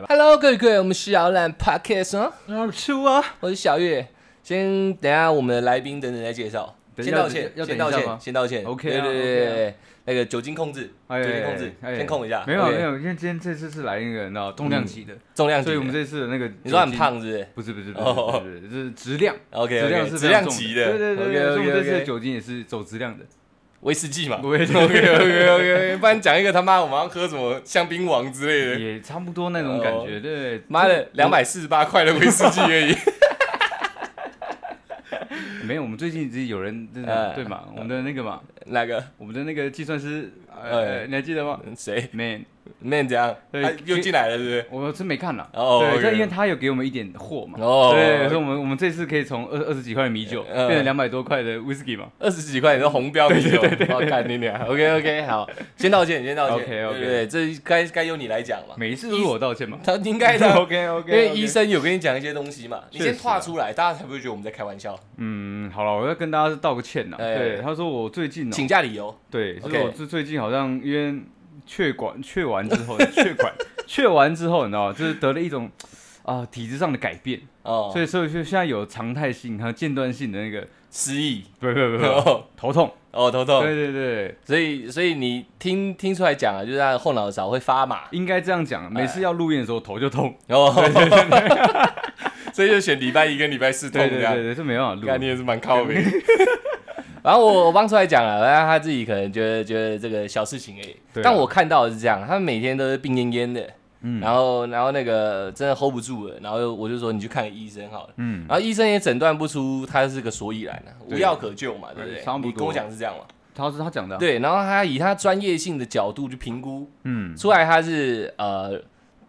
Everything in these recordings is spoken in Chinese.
吧。 Hello，各位各位，我们是摇篮 Podcast 哦啊，是我。我是小月。先等一下我们的来宾等等再介绍，等一先下道歉，要先等道一下吗歉，先道歉。 OK 对啊对对 OK 啊对对，那个酒精控制，哎酒精控制，哎哎先控一下。没有 OK 嗯没，有，因为今天这次是来那个你知道重量级的，重量级所的。以我们这次的那个你说很酒精，胖是不是不是不是不是哦不是，不是是质量， ？OK，质量是质非常量重级的，对对对对，所以我 OK 们这次的 OK 酒精也是走质量的。威士忌嘛。我 也 OK OK OK，不然讲一个他妈我们要喝什么香槟王之类的，也差不多那种感哦觉，对，妈的两百四十八块的威士忌而已。嗯 没有，我们最近只有人真 哎的对嘛，我们的那个嘛，哪个？我们的那个计算师，哎呃，你还记得吗谁？Man， ？Man 怎样？对他又进来了是不是？我真没看了。哦对， OK 但因为他有给我们一点货嘛，哦对，所以我们我们这次可以从二二十几块的米酒嗯变成两百多块的 whisky 嘛。二十几块，你说红标啤酒，我哦干你俩。OK OK，好， 先道歉，先道歉。 OK，OK 对对，这该该由你来讲嘛。每一次都是我道歉嘛。他应 该 的， OK 因 OK，为医，生有跟你讲一些东西嘛，你确实啊先跨出来，大家才不会觉得我们在开玩笑。嗯，好了，我要跟大家道个歉呐。哎对，他说我最近哦，请假理由，对，就是 OK 我最最近好像因为确管确完之后，确管确完之后，你知道吗？就是得了一种啊、体质上的改变，哦，所以所以就现在有常态性和间断性的那个，失忆，不不不不，哦，头痛， 哦头痛，啊对对对，所以所以你听听出来讲啊，就是他的后脑勺会发麻，应该这样讲，每次要录音的时候头 就痛，哦， 所以就选礼拜一跟礼拜四痛对这对样对。对，这没办法干你录，也是蛮靠 北。然后我我帮出来讲了，然后他自己可能觉得觉得这个小事情而已。对啊但我看到的是这样，他们每天都是病恹恹的，嗯然后然后那个真的 hold 不住了，然后我就说你去看个医生好了。嗯，然后医生也诊断不出他是个所以然啊，无对药可救嘛，对不对对差不？多你跟我讲是这样嘛？他是他讲的啊，对，然后他以他专业性的角度去评估嗯，出来，他是呃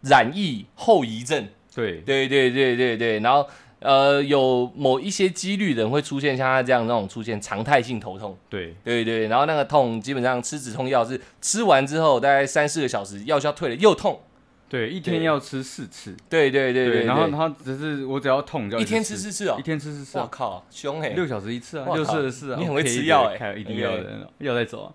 染疫后遗症，对，对对对对对，然后呃，有某一些几率的人会出现像他这样那种出现常态性头痛，对，对对，然后那个痛基本上吃止痛药是吃完之后大概三四个小时药效退了又痛，对，一天对要吃四次，对对对对，然后对他只是我只要痛就要一天直吃四次哦一，天吃四次我啊，靠，凶哎、六小时一次啊，哇六靠次的次啊，你很会 OK 吃的药欸开一定 OK 要的，药在走啊，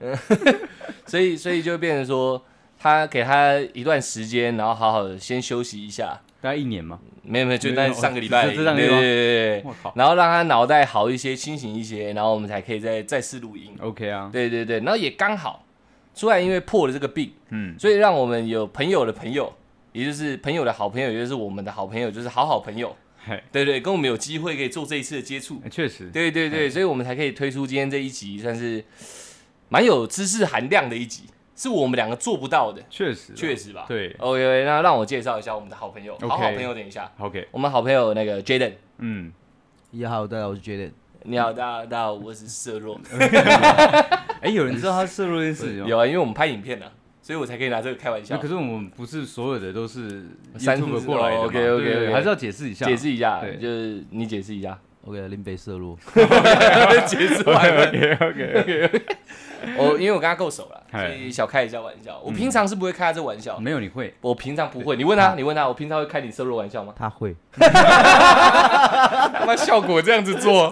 所以所以就变成说他给他一段时间，然后好好的先休息一下，大概一年嘛，没有没有，就没那有上个礼只拜而是已，这上个对礼对拜对对对，我靠然后让他脑袋好一些，清醒一些，然后我们才可以再再次录音。 ，OK 啊，嗯对对对，然后也刚好，出来因为破了这个病，嗯，所以让我们有朋友的朋友，也就是朋友的好朋友，也就是我们的好朋友，就是好好朋友，嘿，对对，跟我们有机会可以做这一次的接触，欸确实，对对对，所以我们才可以推出今天这一集，算是蛮有知识含量的一集，是我们两个做不到的，确实啊，确实吧？对 OK，那让我介绍一下我们的好朋友， OK 好好朋友，等一下， ，OK，我们好朋友那个 Jaden，嗯，也好的，我是 Jaden。你好，大家大家好，我是色弱，哎，有人知道他摄入这件事情吗？ 有啊，因为我们拍影片呢，所以我才可以拿这个开玩那笑可。是我们不是所有的都是三 YouTube 过来的嘛哦，OK，OK，OK 对对对还是要解释一下，解释一下，对就是你解释一 下。 OK，林北摄入。？解释完了， ，OK，OK， 我因为我跟他够熟了，所嗨以小开一下玩笑。嗯我平常是不会开他这玩笑，没有你会，我平常不会。你问他，你问他，我平常会开你色弱玩笑吗他会，他妈效果这样子 做，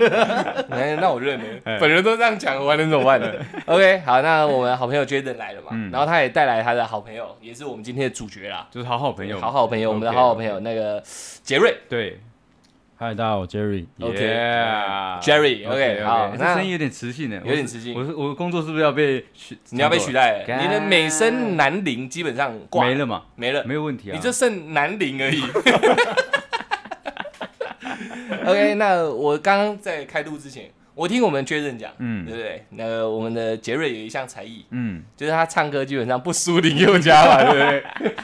哎，那我认了。哎本人都这样讲，我还能怎么 办呢？OK，好，那我们好朋友 Jaden 来了嘛，嗯然后他也带来他的好朋友，也是我们今天的主角啦，就是好好朋友嘛，好好朋友，我们的 OK，好好朋友那个杰瑞对嗨，大家好，我 Jerry。 OK， ，Yeah Jerry，OK，好，欸这那声音有点磁性的，有点磁性我是我的工作是不是要被取？你要被取代了，干你的美声南林基本上挂没了嘛？没了，没有问题啊。你就剩南陵而已。OK，那我刚刚在开录之前，我听我们确认讲，嗯对不对？那个我们的杰瑞有一项才艺，嗯，就是他唱歌基本上不输林宥嘉 嘛，对不对？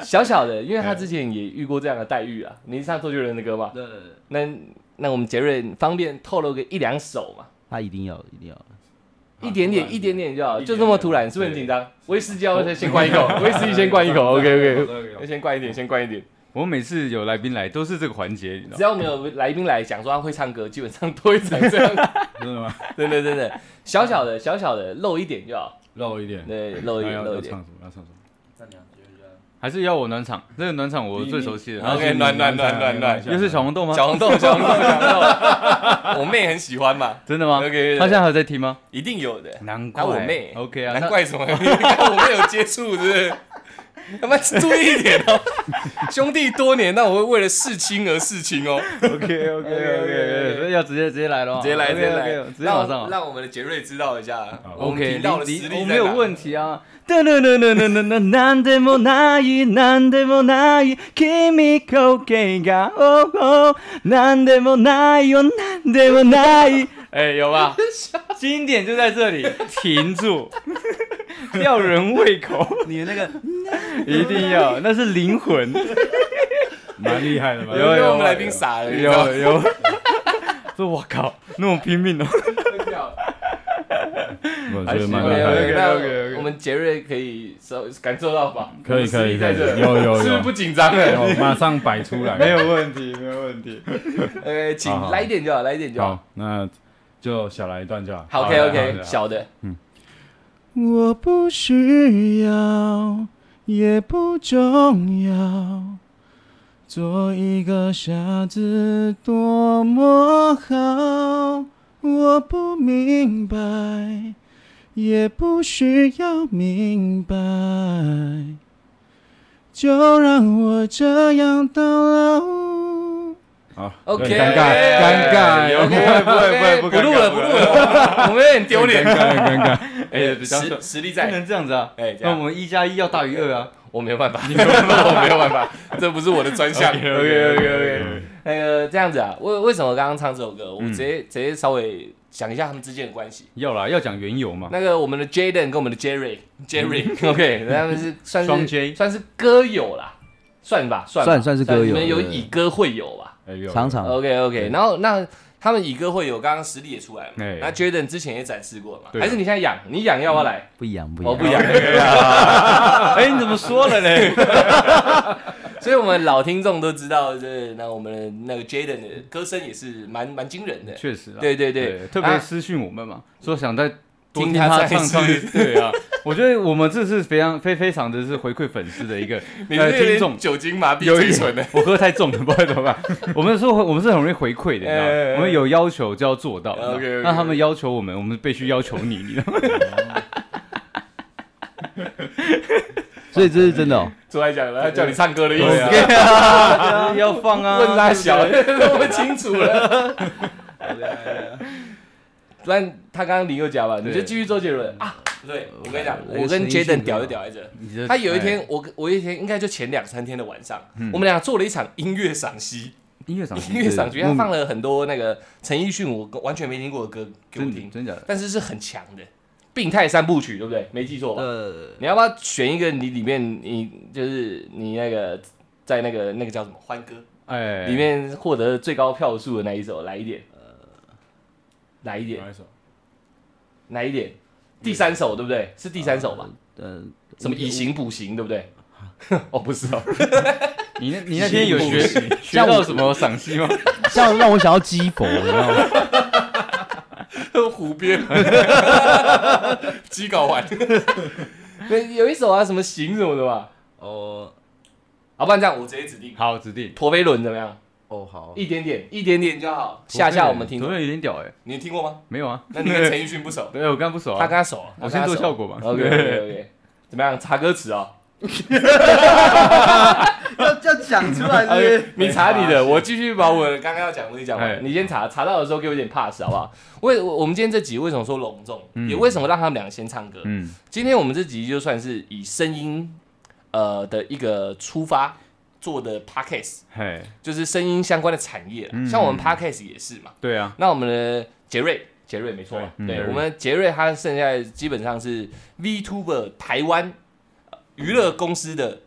小小的，因为他之前也遇过这样的待遇啊。你是唱周杰伦的歌嘛？对对对，那那我们杰瑞方便透露个一两首嘛？他一定要，一定要。一点点，啊一点点就哦好，一点就点这么突然，是不是很紧张？威士忌要不要先灌一 口，威士忌先灌一口，OK OK，先灌一点，先灌一点。我每次有来宾来都是这个环节，你知道只吗？要我们有来宾来讲说他会唱歌，基本上都会成这样。真的吗？ 真的真的，小小的小小的露一点就好，露一点，对，露一要点露要一点。唱什么？要唱什么？还是要我暖场，这个暖场我最熟悉然后的， OK，暖暖暖暖暖又是小红豆吗？小红豆，小红豆，小红豆，我妹很喜欢嘛，真的吗 OK，他现在还有在听吗？一定有的。难怪那我妹，OK 啊，难怪什么？我妹有接触，是不是？ 他妈注意一点 哦，兄弟多年，那我会为了事亲而事亲哦， OK OK OK，所以要直接直接来了，直接来，直接来 OK，OK，，直接让马上啊。让我们的杰瑞知道一下，我们 OK，频道的你实你力我没有问问题啊。噔噔噔噔噔噔噔，なんでもない、なんでもない、君こけが、哦哦，なんでもないよ、なんでもない。哎，有吧？经典就在这里，停住，吊人胃口，你那个一定要，那是灵魂。蛮厉害的嘛。有有我们来宾傻了，你知道吗有有，说我靠，那么拼命哦。我还觉得行蛮厉害的。 OK，OK，OK，OK 那我们杰瑞可以稍感受到吧？可以可以实力在这可以有有有是不是不紧张了？有哦马上摆出 来。 没有问题，没有问 题。呃，请好好来一点就好，来一点就好。好，那就小来一段就好。好，OK 的 OK，的小的，我不需要，也不重要，做一个傻子多么好。我不明白，也不需要明白，就让我这样到老。好 OK，有点尴尬尴尬，有点 OK，不会不会不不录了，尴尬不录了，我们有点丢脸。尴尬尴尬。哎，比较实实力不在，能这样子啊，哎，这那样我们一加一要大于二啊。我没有办法，我没有办法，这不是我的专项。 OK，OK，OK，OK OK。那 个这样子啊，为为什么刚刚唱这首歌？我嗯们直接直接稍微讲一下他们之间的关系。要啦，要讲缘由嘛。那个我们的 Jaden 跟我们的 Jerry，Jerry，OK，他们 是算嗯双是 J 算是歌友啦，算吧，算吧算算是歌友你们有对以歌会友吧哎 有常啊常？OK OK，然后那他们以歌会友，刚刚实力也出来了嘛哎，那 Jaden 之前也展示过嘛，对啊嗯还是你现在养？你养要不要来？不一样，不一我样，不养， 哎，你怎么说了嘞？ 所以我们老听众都知道，就是那我们的那个 Jaden 的歌声也是蛮蛮惊人的。确实啊，对对对，对，特别私讯我们嘛，说想再多听听他他再唱一唱次。 对啊，我觉得我们这是非常非非常的是回馈粉丝的一个 你呃是有听众点。酒精麻痹有一嘴唇的点，，我喝太重了，不知道怎么办。我们说我们是很容易回馈的，你知道吗哎哎哎我们有要求就要做到。 OK，OK，OK 你知道吗那他们要求我们，我们必须要求你，你知道吗？ 所以这是真的哦。出来讲了，他叫你唱歌的意思啊。就是要放啊， 问他小， 对不对我们清楚了。 不然他刚刚林宥嘉吧，你就继续周杰伦啊。对，我跟你讲，我跟 Jaden 屌就屌哎在这。你这他有一天，我我有一天应该就前两三天的晚上，我们俩做了一场音乐赏析，音乐赏析音乐嗯赏析，他嗯放了很多那个陈奕迅我完全没听过的歌给我真听，真假的，但是是很强的病态三部曲，对不对？没记错吧？呃，你要不要选一个你里面你就是你那个在那个那个叫什么欢歌哎，里面获得最高票数的那一首，来一点，来一点，哪一首来一点，第三首对不对？是第三首吧？呃，什么以形补形对不对？ 哦，不是哦，你那你那天有学学到什么赏析吗？这样让我想要激佛，你知道吗？湖边鸡睾丸，对，有一首啊，什么形什么的吧？哦好，不然这样，我直接指定好，指定。陀飞轮怎么样？哦，好，一点点，一点点就好，吓吓我们听昨众。天有点屌哎，你听过吗？没有啊？那你跟陈奕迅不熟？对，我刚不熟他啊跟。他熟啊，我先做效果吧 OK OK OK，怎么样？查歌词哦。要要讲出来是不 OK，你哎查你的，我继续把我刚刚要讲的东西讲哎完。你先查，查到的时候给我一点 pass 好不好？为我我们今天这集为什么说隆重，也为什么让他们两个先唱歌？嗯，今天我们这集就算是以声音呃的一个出发做的 podcast，嘿，就是声音相关的产业啦，像我们 podcast 也是嘛。对啊，那我们的杰瑞，杰瑞没错嘛，对嗯对，杰瑞我们杰瑞他现在基本上是 VTuber 台湾呃娱乐公司的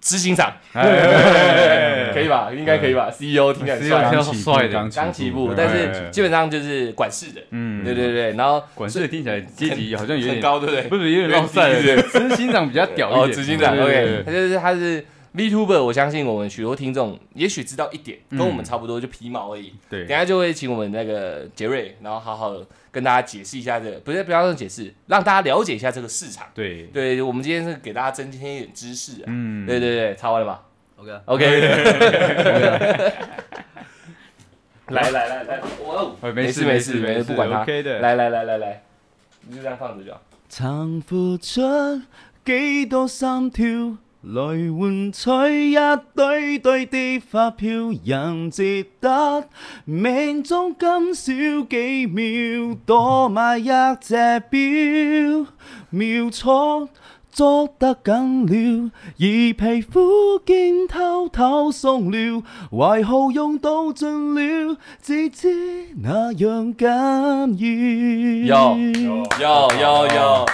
执行长， 可以吧？应该可以吧？CEO 听起来很 CEO 帅 E 听刚起啊，起来步帅的刚起步，对但哎哎是哎基本上就是管事的，嗯，对对对，然后管事听起来阶级好像有很点，高，对不对？不是有点落赛有点了，执行长比较屌一哦，点，执行长对对，OK，他就是他是 VTuber，我相信我们许多听众也许知道一点，跟我们差不多就皮毛而已。对等对，一下就会请我们那个杰瑞，然后好好地跟大家解释一下这个，不是不要用解释，让大家了解一下这个市场。对对，对，我们今天是给大家增添一点知识、啊。嗯，对对对，查完了吧 OK， ？OK。来来来来，哇哦，哎，没事没事没事，不管它。 ，OK 的，，来来来来来，你就这样放着就好。重复出幾多心跳，来换取一堆堆的發票，人值得命中今宵幾秒，多買一隻表，妙錯捉得緊了，而皮膚見偷偷鬆了，懷號用到盡了，只知那樣緊要。有有有有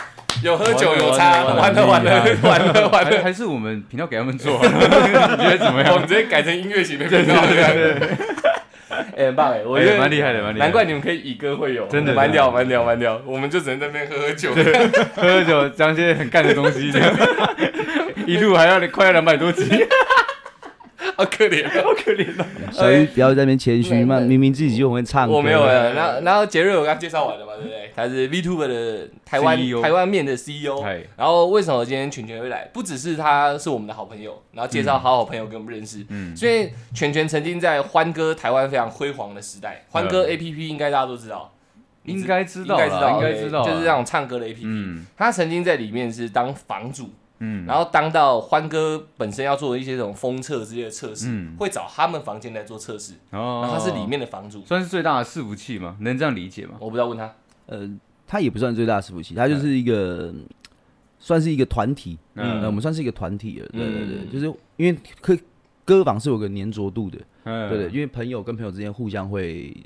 有喝酒有差，完哦完了了完完了完了了完还 了，还是我们频道给他们做，你啊觉得怎么 我样们？直接改成音乐型的频道，对对。哎，很棒哎，我觉哎得蛮厉害的，蛮厉害的。难怪你们可以以歌会友，真的蛮屌真的蛮屌蛮屌，我们就只能在那边喝喝酒。喝酒讲些很干的东西，这样一路还要快要两百 多集， 好可怜，好可怜哦。小鱼不要在那边谦虚嘛，对对明明自己就很会唱歌。我没有哎了。然后然后杰瑞我刚介绍完了嘛，对不对？他是 VTuber 的台湾 CEO 台湾面的 CEO E 嗨。然后为什么今天全全会来？不只是他是我们的好朋友，然后介绍好好朋友给我们认识。嗯所以全全曾经在欢歌台湾非常辉煌的时代，欢歌 APP 应该大家都知道，你嗯应该知道应该啦知道，应该知道 OK，啦就是那种唱歌的 APP。嗯他曾经在里面是当房主，嗯然后当到欢哥本身要做一些这种封测之类的测试，嗯会找他们房间来做测试，然哦后他是里面的房主，算是最大的伺服器嘛，能这样理解吗？我不知道问他，啊呃，他也不算最大的伺服器，他就是嗯一个、嗯算是一个团体，嗯嗯、我们算是一个团体了，对对对，嗯就是因为歌歌坊是有个粘着度的，嗯对对，因为朋友跟朋友之间互相会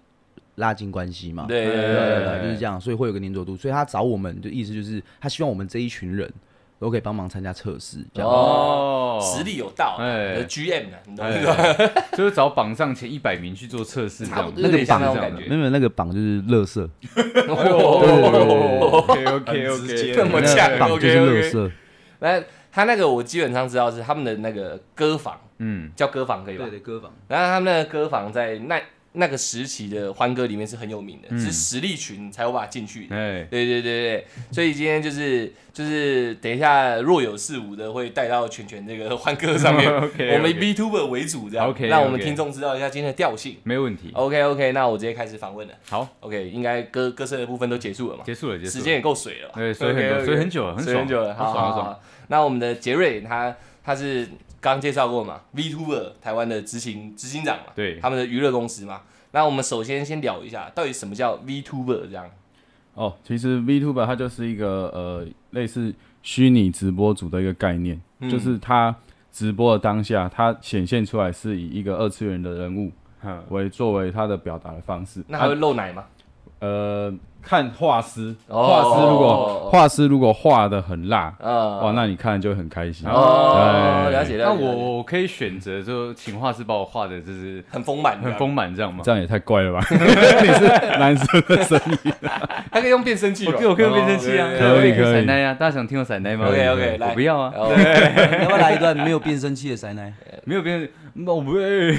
拉近关系嘛，对对哎对对对对对对，就是这样，所以会有个粘着度，所以他找我们的意思就是他希望我们这一群人都可以帮忙参加测试，这样、哦，实力有道，哎呃 GM 的，你懂哎吗？ 就是找榜上前一百名去做测试，这差样不多那有个点像榜那这种样感觉没有没有那个榜就是乐色，哎 OK OK 很直 OK，接这么呛榜就是乐 OK，OK 色，那他那个我基本上知道是他们的那个歌房，嗯叫歌房可以吧？对，歌坊。然后他们那个歌房在那那个时期的欢歌里面是很有名的，嗯是实力群才有办法进去的。哎对对对对，所以今天就是就是等一下若有似无的会带到全全这个欢歌上面 OK，OK 我们以 VTuber 为主这样 OK，OK 让我们听众知道一下今天的调性。没问题， OK OK，那我直接开始访问了。好 OK，应该歌歌声的部分都结束了嘛？结束了结时束间了，也够水了吧？对所以很 OK，OK 所以很久了很所以很爽啊久了，好很爽好很爽好。那我们的杰瑞他他是刚介绍过嘛，VTuber 台湾的执行执行长嘛，对他们的娱乐公司嘛。那我们首先先聊一下，到底什么叫 VTuber 这样？哦，其实 VTuber 它就是一个呃类似虚拟直播主的一个概念，嗯就是它直播的当下，它显现出来是以一个二次元的人物嗯为作为它的表达的方式。那还会啊露奶吗？呃，看画师，哦画师如哦哦果画师如果画的很辣，呃，哦哇，那你看就会很开心。哦，对了解了解。啊哎那我了解我可以选择说，请画师把我画的就是很丰满，很，丰满这样吗？嗯这样也太怪 了吧！你是男生的声音，还可以用变声器我吧。可以我可以变声器啊，哦可以可以塞奶啊，大家想听我塞奶吗 OK，OK，来我不要啊，哦对你要不要来一段没有变声器的塞奶？没有变声，那我不会，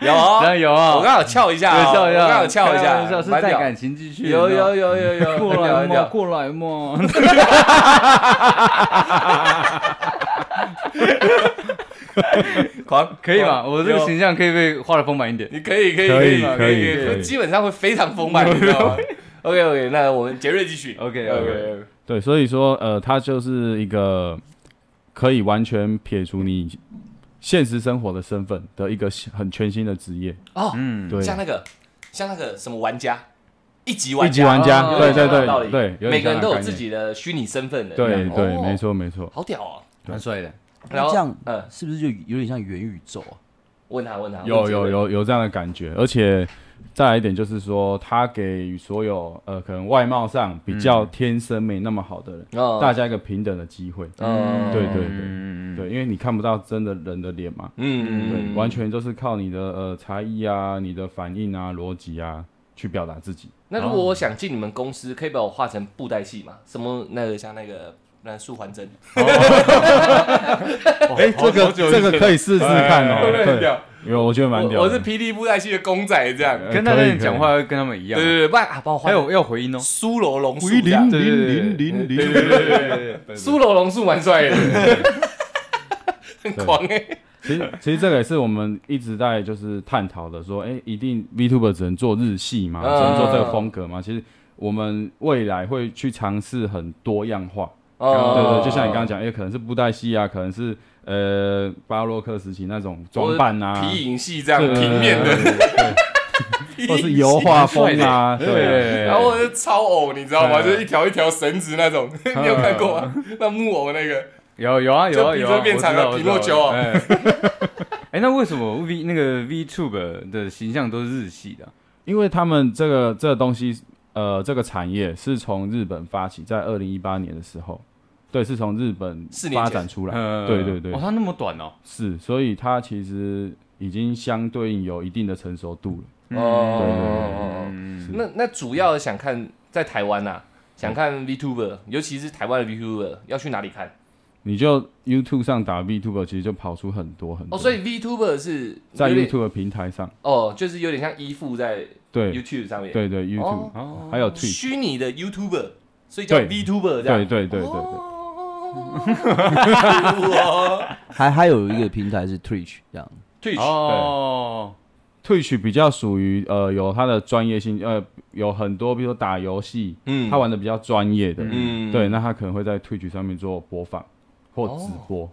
有哦， 当然有啊，我刚好翘一下哦，对笑一下，我刚好翘一开玩下，啊笑是蛮带屌感情进去，有有有有，有有， 过很屌来很嘛，屌过来嘛， 狂可以吧？狂我这个有形象可以被画的丰满一点，你可以可以可以嘛可以以可以会基本上会非常丰满，你知道吗？OK OK，那我们杰瑞继续。 OK，OK 对，所以说，呃，它就是一个可以完全撇除你现实生活的身份的一个很全新的职业。哦，嗯，对，像那个像那个什么玩家，一级一玩级家，玩家，哦对有对点道理对对，有点每个像人那都有概自念，己的虚拟身份的，对这样对，哦没错没错。好屌哦。蛮帅的，然后这样嗯，是不是就有点像元宇宙啊？问他问他，问有杰有瑞，有有这样的感觉，而且再来一点就是说，他给予所有呃可能外貌上比较天生没那么好的人，哦大家一个平等的机会。嗯对对对嗯嗯对，因为你看不到真的人的脸嘛，嗯对，完。全都是靠你的呃才艺啊、你的反应啊、逻辑啊去表达自己。那如果我想进你们公司，可以把我画成布袋戏吗？什么那个像那个那素还真，哎，这个这个可以试试看哦，会不会很屌对，有我觉得蛮我屌的。我是霹雳布袋戏的公仔这样。呃跟那些可人以讲话要跟他们对一样，对对，不然啊，帮我画还有要回音哦，苏罗龙树可以这样零。对零对零零零，苏罗龙树蛮帅的，很狂哎、其实其实这个也是我们一直在就是探讨的，说，哎、一定 VTuber 只能做日系嘛，嗯只能做这个风格嘛？其实我们未来会去尝试很多样化，哦对对，就像你刚刚讲，也可能是布袋戏啊，可能是呃巴洛克时期那种装扮啊，皮影戏这样对平面的，对 或是油画风 啊，对，对，然后我是超偶，你知道吗？嗯就是一条一条绳子那种，你有看过吗？那木偶那个，有有啊有啊就有比啊，这变长了我知皮诺道丘哦。我知道哎哎， 那为什么 V 那个 VTube 的形象都是日系的啊？因为他们这个这个东西，呃，这个产业是从日本发起，在二零一八年的时候，对，是从日本四年前嗯发展出来，呃对对对哦，，它那么短哦，是，所以它其实已经相对应有一定的成熟度了。哦，嗯，那那主要想看在台湾呐，想看 VTuber，尤其是台湾的 VTuber，要去哪里看？你就 YouTube 上打 VTuber，其实就跑出很多很多。哦，所以 VTuber 是在有点 YouTube 平台上，哦，就是有点像依附在对 YouTube 上面，对对哦 YouTube，哦，还有 Twitch，虚拟的 YouTuber，所以叫对 VTuber 哦这对样。对对对对。哦还还有一个平台是 Twitch 这样， ，Twitch 哦， Twitch 比较属于呃有它的专业性，呃有很多，比如说打游戏，嗯他玩的比较专业的，嗯哦对，那他可能会在 Twitch 上面做播放或直播，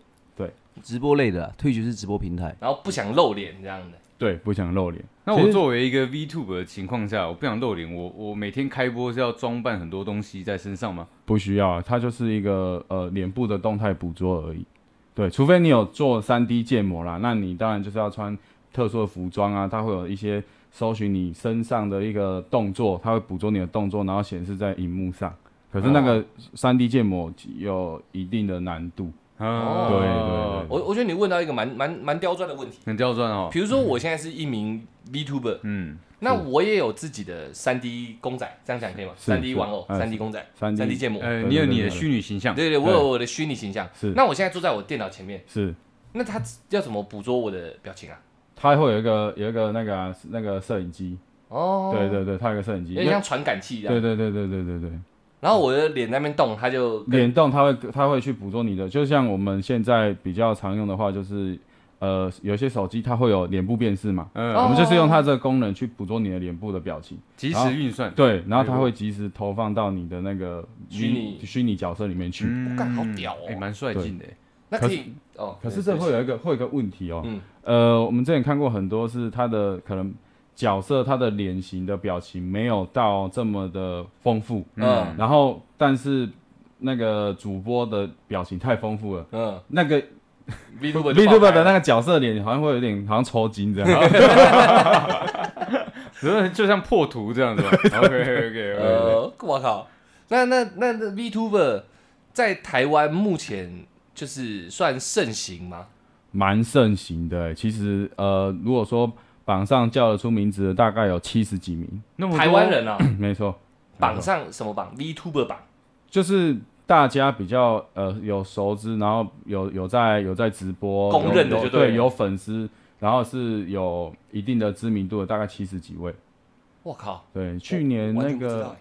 直播类的啊，Twitch 是直播平台。然后不想露脸这样的。对，不想露脸，那其我实作为一个 VTuber 的情况下，我不想露脸，我我每天开播是要装扮很多东西在身上吗？不需要，它就是一个呃脸部的动态捕捉而已，对，除非你有做三 D 建模啦，那你当然就是要穿特殊的服装啊，它会有一些搜寻你身上的一个动作，它会捕捉你的动作，然后显示在荧幕上。可是那哦个三 D 建模有一定的难度，啊，对对我我觉得你问到一个蛮蛮蛮刁钻的问题，很刁钻哦。比如说我现在是一名 VTuber，嗯，那我也有自己的三 D 公仔，这样讲可以吗？是三 D 是玩偶、哎三 D 公仔、 3D 三 D 建模，呃，对你有对你对的对虚拟形象，哦对对，我有我的虚拟形象。哎是那我现在坐在我电脑前面，是那他要怎么捕捉我的表情啊？它会有一个有一个那个啊、那个摄影机，哦，对，对对，它有一个摄影机，有点像啊传感器一对样。对对对对对对，然后我的脸在那边动，他就跟联动它会它会去捕捉你的，就像我们现在比较常用的话，就是呃有些手机它会有脸部辨识嘛，嗯，哦我们就是用它这个功能去捕捉你的脸部的表情，即时运算，对，然后它会及时投放到你的那个虚拟虚拟角色里面去。嗯干好屌哦哎，蛮帅劲的。那可以哦，可是这会有一个会有一个问题哦，嗯呃，我们之前看过很多是它的可能角色它的脸型的表情没有到这么的丰富，嗯然后但是那个主播的表情太丰富了，嗯那个，VTuber 就 VTuber 爆的开那了个角色脸好像会有点好像抽筋这 样，比如说 就像破图这样子吧。OK OK OK，呃，我靠，那那那那 VTuber 在台湾目前就是算盛行吗？蛮盛行的欸。其实呃，如果说榜上叫得出名字的，大概有七十几名， 那么多台湾人啊，没错，榜上什么榜？VTuber 榜就是大家比较呃有熟知，然后有有在有在直播，公认的有有就对了对，有粉丝，然后是有一定的知名度的，大概七十几位。我靠，对，去年哦完那全不知道个欸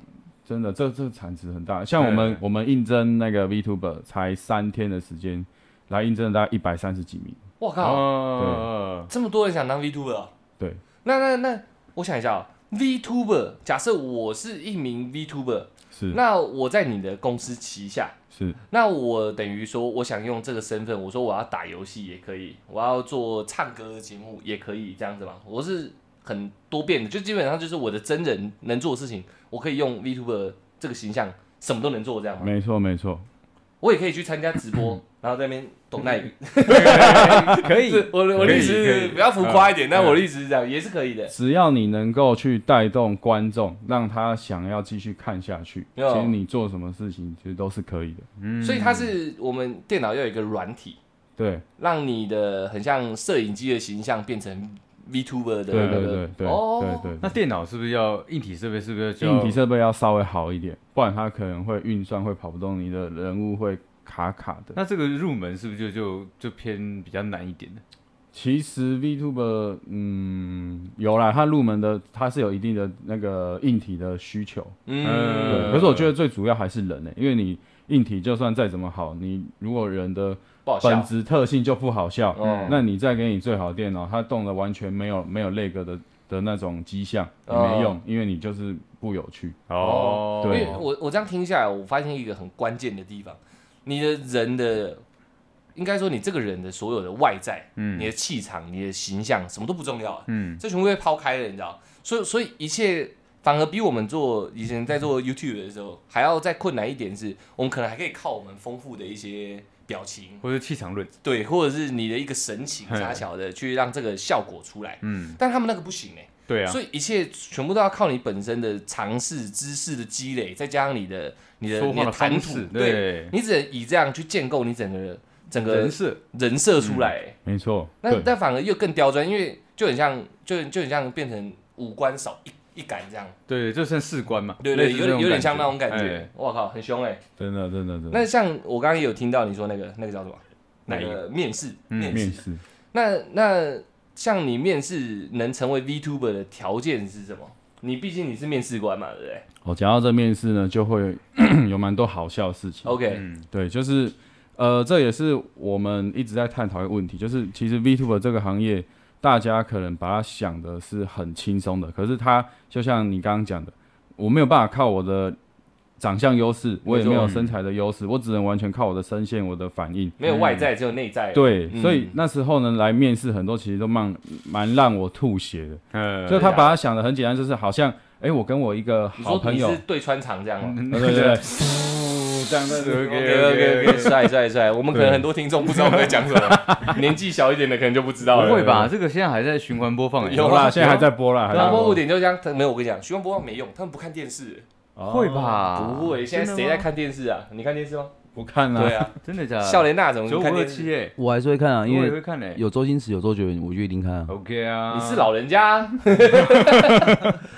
真的，这这产值很大。像我们嗯我们应征那个 VTuber 才三天的时间，来应征了大概一百三十几名。我啊靠，哦，这么多人想当 VTuber，哦对，那那那，我想一下哦，VTuber，假设我是一名 VTuber，是那我在你的公司旗下，是，那我等于说我想用这个身份，我说我要打游戏也可以，我要做唱歌的节目也可以，这样子嘛，我是很多变的，就基本上就是我的真人能做的事情，我可以用 VTuber 这个形象什么都能做，这样吗？没错没错，我也可以去参加直播，然后在那边懂那语。嗯 可以是我的我的意思可以可是以比较浮夸一点，嗯但我的意思是这样，也是可以的。只要你能够去带动观众，让他想要继续看下去，哟其实你做什么事情其实都是可以的。嗯所以它是我们电脑要有一个软体，对让你的很像摄影机的形象变成 VTuber 的对那对个对对哦对那对电脑是不是要硬体设备？是不是就对，要硬体设备要稍微好一点，不然它可能会运算会跑不动，你的人物会卡卡的。那这个入门是不是就就就偏比较难一点的？其实 VTuber 嗯有啦，它入门的它是有一定的那个硬体的需求，嗯，对。呃可是我觉得最主要还是人呢、欸因为你硬体就算再怎么好，你如果人的不好本笑。质特性就不好笑，哦那你再给你最好的电脑，它动的完全没有没有那个的的那种迹象，也哦没用，因为你就是不有趣。哦对因为我我这样听下来，我发现一个很关键的地方你的人的，应该说你这个人的所有的外在，你的气场、你的形象，什么都不重要了，啊嗯，这全部被抛开了，你知道？所以，所以一切反而比我们做以前在做 YouTube 的时候还要再困难一点是，我们可能还可以靠我们丰富的一些表情，或者气场论，对，或者是你的一个神情傻小的去让这个效果出来，嗯，但他们那个不行哎、对啊所，以一切全部都要靠你本身的尝试、知识的积累，再加上你的你的啊说你话的的谈方吐式，，对，你只能以这样去建构你整个整个人设，人设出来、欸没错，那对，但反而又更刁钻，因为就很像，就很就很像变成五官少一一杆这样，对，就剩士官嘛，对类对，似有这种点有点像那种感哎嗯觉。我靠，很凶哎、真的真的真的那像我刚刚也有听到你说那个那个叫什么？哪那一个个面试，嗯面试。面试。那那像你面试能成为 VTuber 的条件是什么？你毕竟你是面试官嘛，对不对哦，讲到这面试呢，就会 有蛮多好笑的事情。 ？OK，、嗯，对，就是呃，这也是我们一直在探讨一个问题，就是其实 VTuber 这个行业，大家可能把它想的是很轻松的，可是它就像你刚刚讲的，我没有办法靠我的长相优势，我也嗯没有身材的优势，我只能完全靠我的声线、我的反应。没有外在，只有内在。对，嗯所以那时候呢，来面试很多其实都蛮蛮让我吐血的，呃就对他啊把它想的很简单，就是好像，哎、我跟我一个你好说朋你友，嗯呃是对穿肠这样吗？嗯对对对，这 样的 OK，OK 嗯 OK OK， OK，帅帅帅！我们可能很多听众不知道我们在讲什 么，年纪小一点的可能就不知道了。不会吧？这个现在还在循环播放，哎有有啦啦，现在还在播啦，还对啊？在然后播误点就这样，他没有我跟你讲，徐光播放没用，他们不看电视，会？吧？啊不会。现在谁在看电视啊？你看电视吗？不看对啦，啊，真的假嗯的？笑莲娜怎么九五看二电视？七哎，我还是会看啊，因我也为会看哎有周星驰，有周杰伦，我就一定看 啊。 ，OK 啊，嗯你是老人家 啊。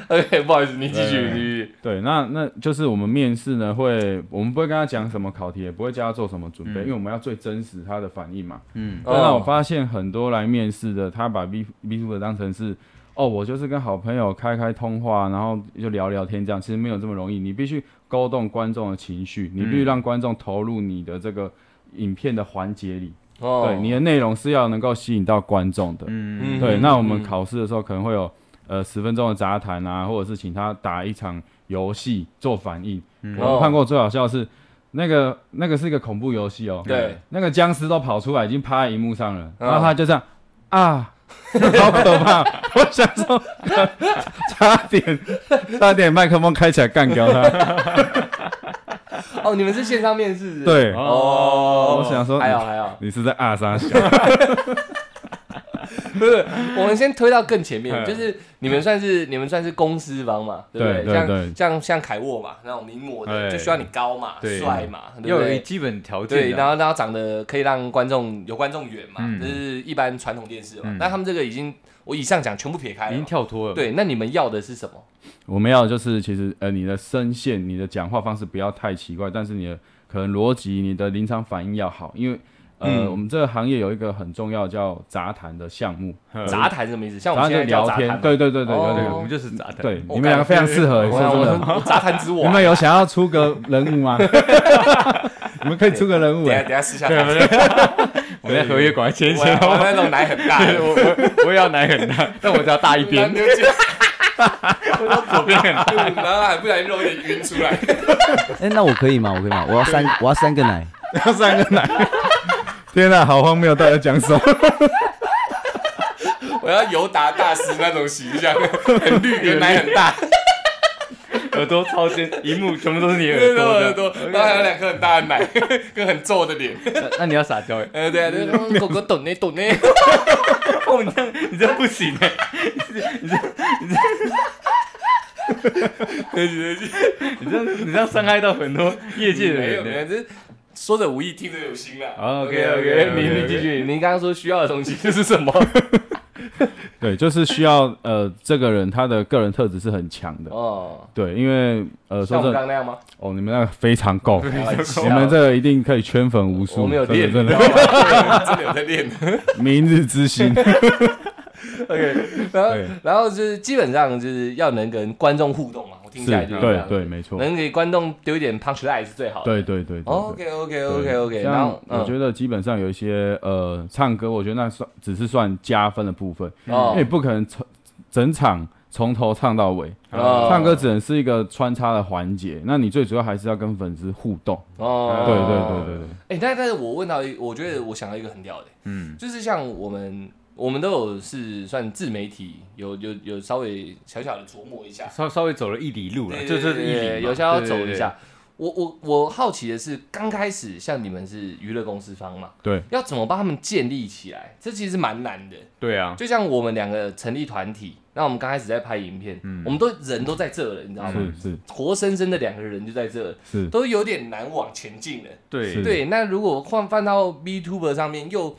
OK，不好意思，你继续，对你继续。对，那那就是我们面试呢，会我们不会跟他讲什么考题，也不会叫他做什么准备，嗯因为我们要最真实他的反应嘛。嗯但那我哦，发现很多来面试的，他把 B B 组的当成是。哦，我就是跟好朋友开开通话，然后就聊聊天这样，其实没有这么容易。你必须勾动观众的情绪，你必嗯须让观众投入你的这个影片的环节里。哦对，你的内容是要能够吸引到观众的。嗯对，嗯那我们考试的时候可能会有呃十分钟的杂谈啊，或者是请他打一场游戏做反应。嗯我们看过最好笑的是那个那个是一个恐怖游戏哦，对，那个僵尸都跑出来，已经趴在荧幕上了，嗯然后他就这样啊。 好可怕！我想说， 差点差点麦克风开起来干 掉他。哦，你们是线上面试？是不是。对，哦，我想说还好还好，你是在啊啥小？不是，我们先推到更前面，嗯就是你们算是你们算是公司方嘛，对不对对对像像像凯沃嘛，那种名模的，哎就需要你高嘛、对帅嘛，对要不有一对？基本条对，件然啊，后然后长得可以让观众有观众缘嘛，嗯这是一般传统电视嘛嗯。但他们这个已经，我以上讲全部撇开已了经嘛。跳脱了，哎对，那你们要的是什么？我们要的就是其实呃你的声线、你的讲话方式不要太奇怪，但是你的可能逻辑、你的临场反应要好，因为呃、嗯我们这个行业有一个很重要叫杂谈的项目，嗯杂谈什么意思？像我呃杂们现谈在就叫聊杂天，谈，，对对对对，哦有对，点我们就是杂谈， 对，我你们两个非常适合，我说真的，我我杂谈之你王。们有想要出个人 物吗？你们可以出个人物等一下欸，等一下 私下谈， 我们在合约馆签一我签，我那种奶很大，我我 我也要奶很啊大，但我只要大一边，左边很大。然后还不小心揉点晕出来。哎，那我可以吗？我可以吗？我要三，我要三个奶。三个男。天哪、好荒谬！大家讲什么？我要尤达大师那种形象，很绿，原来很大， 耳朵超尖，荧幕全部都是你对耳对朵耳的。朵，然后还有两颗很大的奶，跟很皱的脸。那那你要撒娇哎，呃，对啊，对啊，狗狗懂呢，懂呢。哦，你这样你这样不行哎，对对对，你这样你这样伤害到很多业界的没有人没哎有，。这说者无意，听者有心啦。好 OK，OK， ，OK，OK，OK，OK 你你继续，您刚刚说需要的东西是什么？对，就是 需要呃，这个人他的个人特质是很强的，哦，对，因为呃，像说我们真的刚，刚那样吗？哦，你们那个非常够， 我我们这个一定可以圈粉无数。我们有真的练，真你知的道，吗真的有在练。 明日之星。 OK，然对后然后就是基本上就是要能跟观众互动嘛，我听是，起来就是这对样，对，没错，能给观众丢一点 punch line 是最好的。对对对。 OK OK 对 OK 对 OK，然像后嗯我觉得基本上有一些呃，唱歌，我觉得那算只是算加分的部分，哦因为不可能整整场从头唱到尾。哦唱歌只能是一个穿插的环节，那你最主要还是要跟粉丝互动。哦，对对对对对。哎、但但是我问到一，我觉得我想到一个很屌的、嗯，就是像我们我们都有是算自媒体，有有有稍微小小的琢磨一下，稍稍微走了一里路了，对这对是对一对里嘛，有些要对走一。下。我我我好奇的是，刚开始像你们是娱乐公司方嘛，对，要怎么帮他们建立起来？这其实蛮难的。对对对啊，就像我们两个成立团体，那我们刚开始在拍影片，嗯我们都人都在这了，你知道吗是？是活生生的两个人就在这了，是，都有点难往前进了。对是对，那如果换放到 B Tuber 上面，又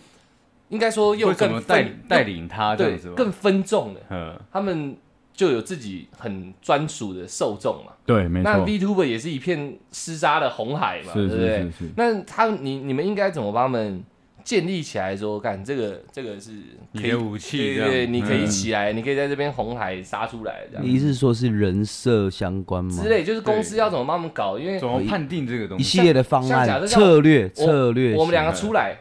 应该说又会怎更么带分带领他这对样子吧？更分众了，嗯，他们就有自己很专属的受众嘛。对，没那错， B Tuber 也是一片厮杀的红海嘛，是对不对是是？是。那他你你们应该怎么帮他们建立起来说，干这个这个是你可以的武器对对这样，对，你可以嗯起来，你可以在这边红海杀出来这样你是说是人设相关吗之？类，就是公司对要怎么帮他们搞，因为怎么判定这个东一西？系列的方像假设案、像策略、我策略型。我们两个出来，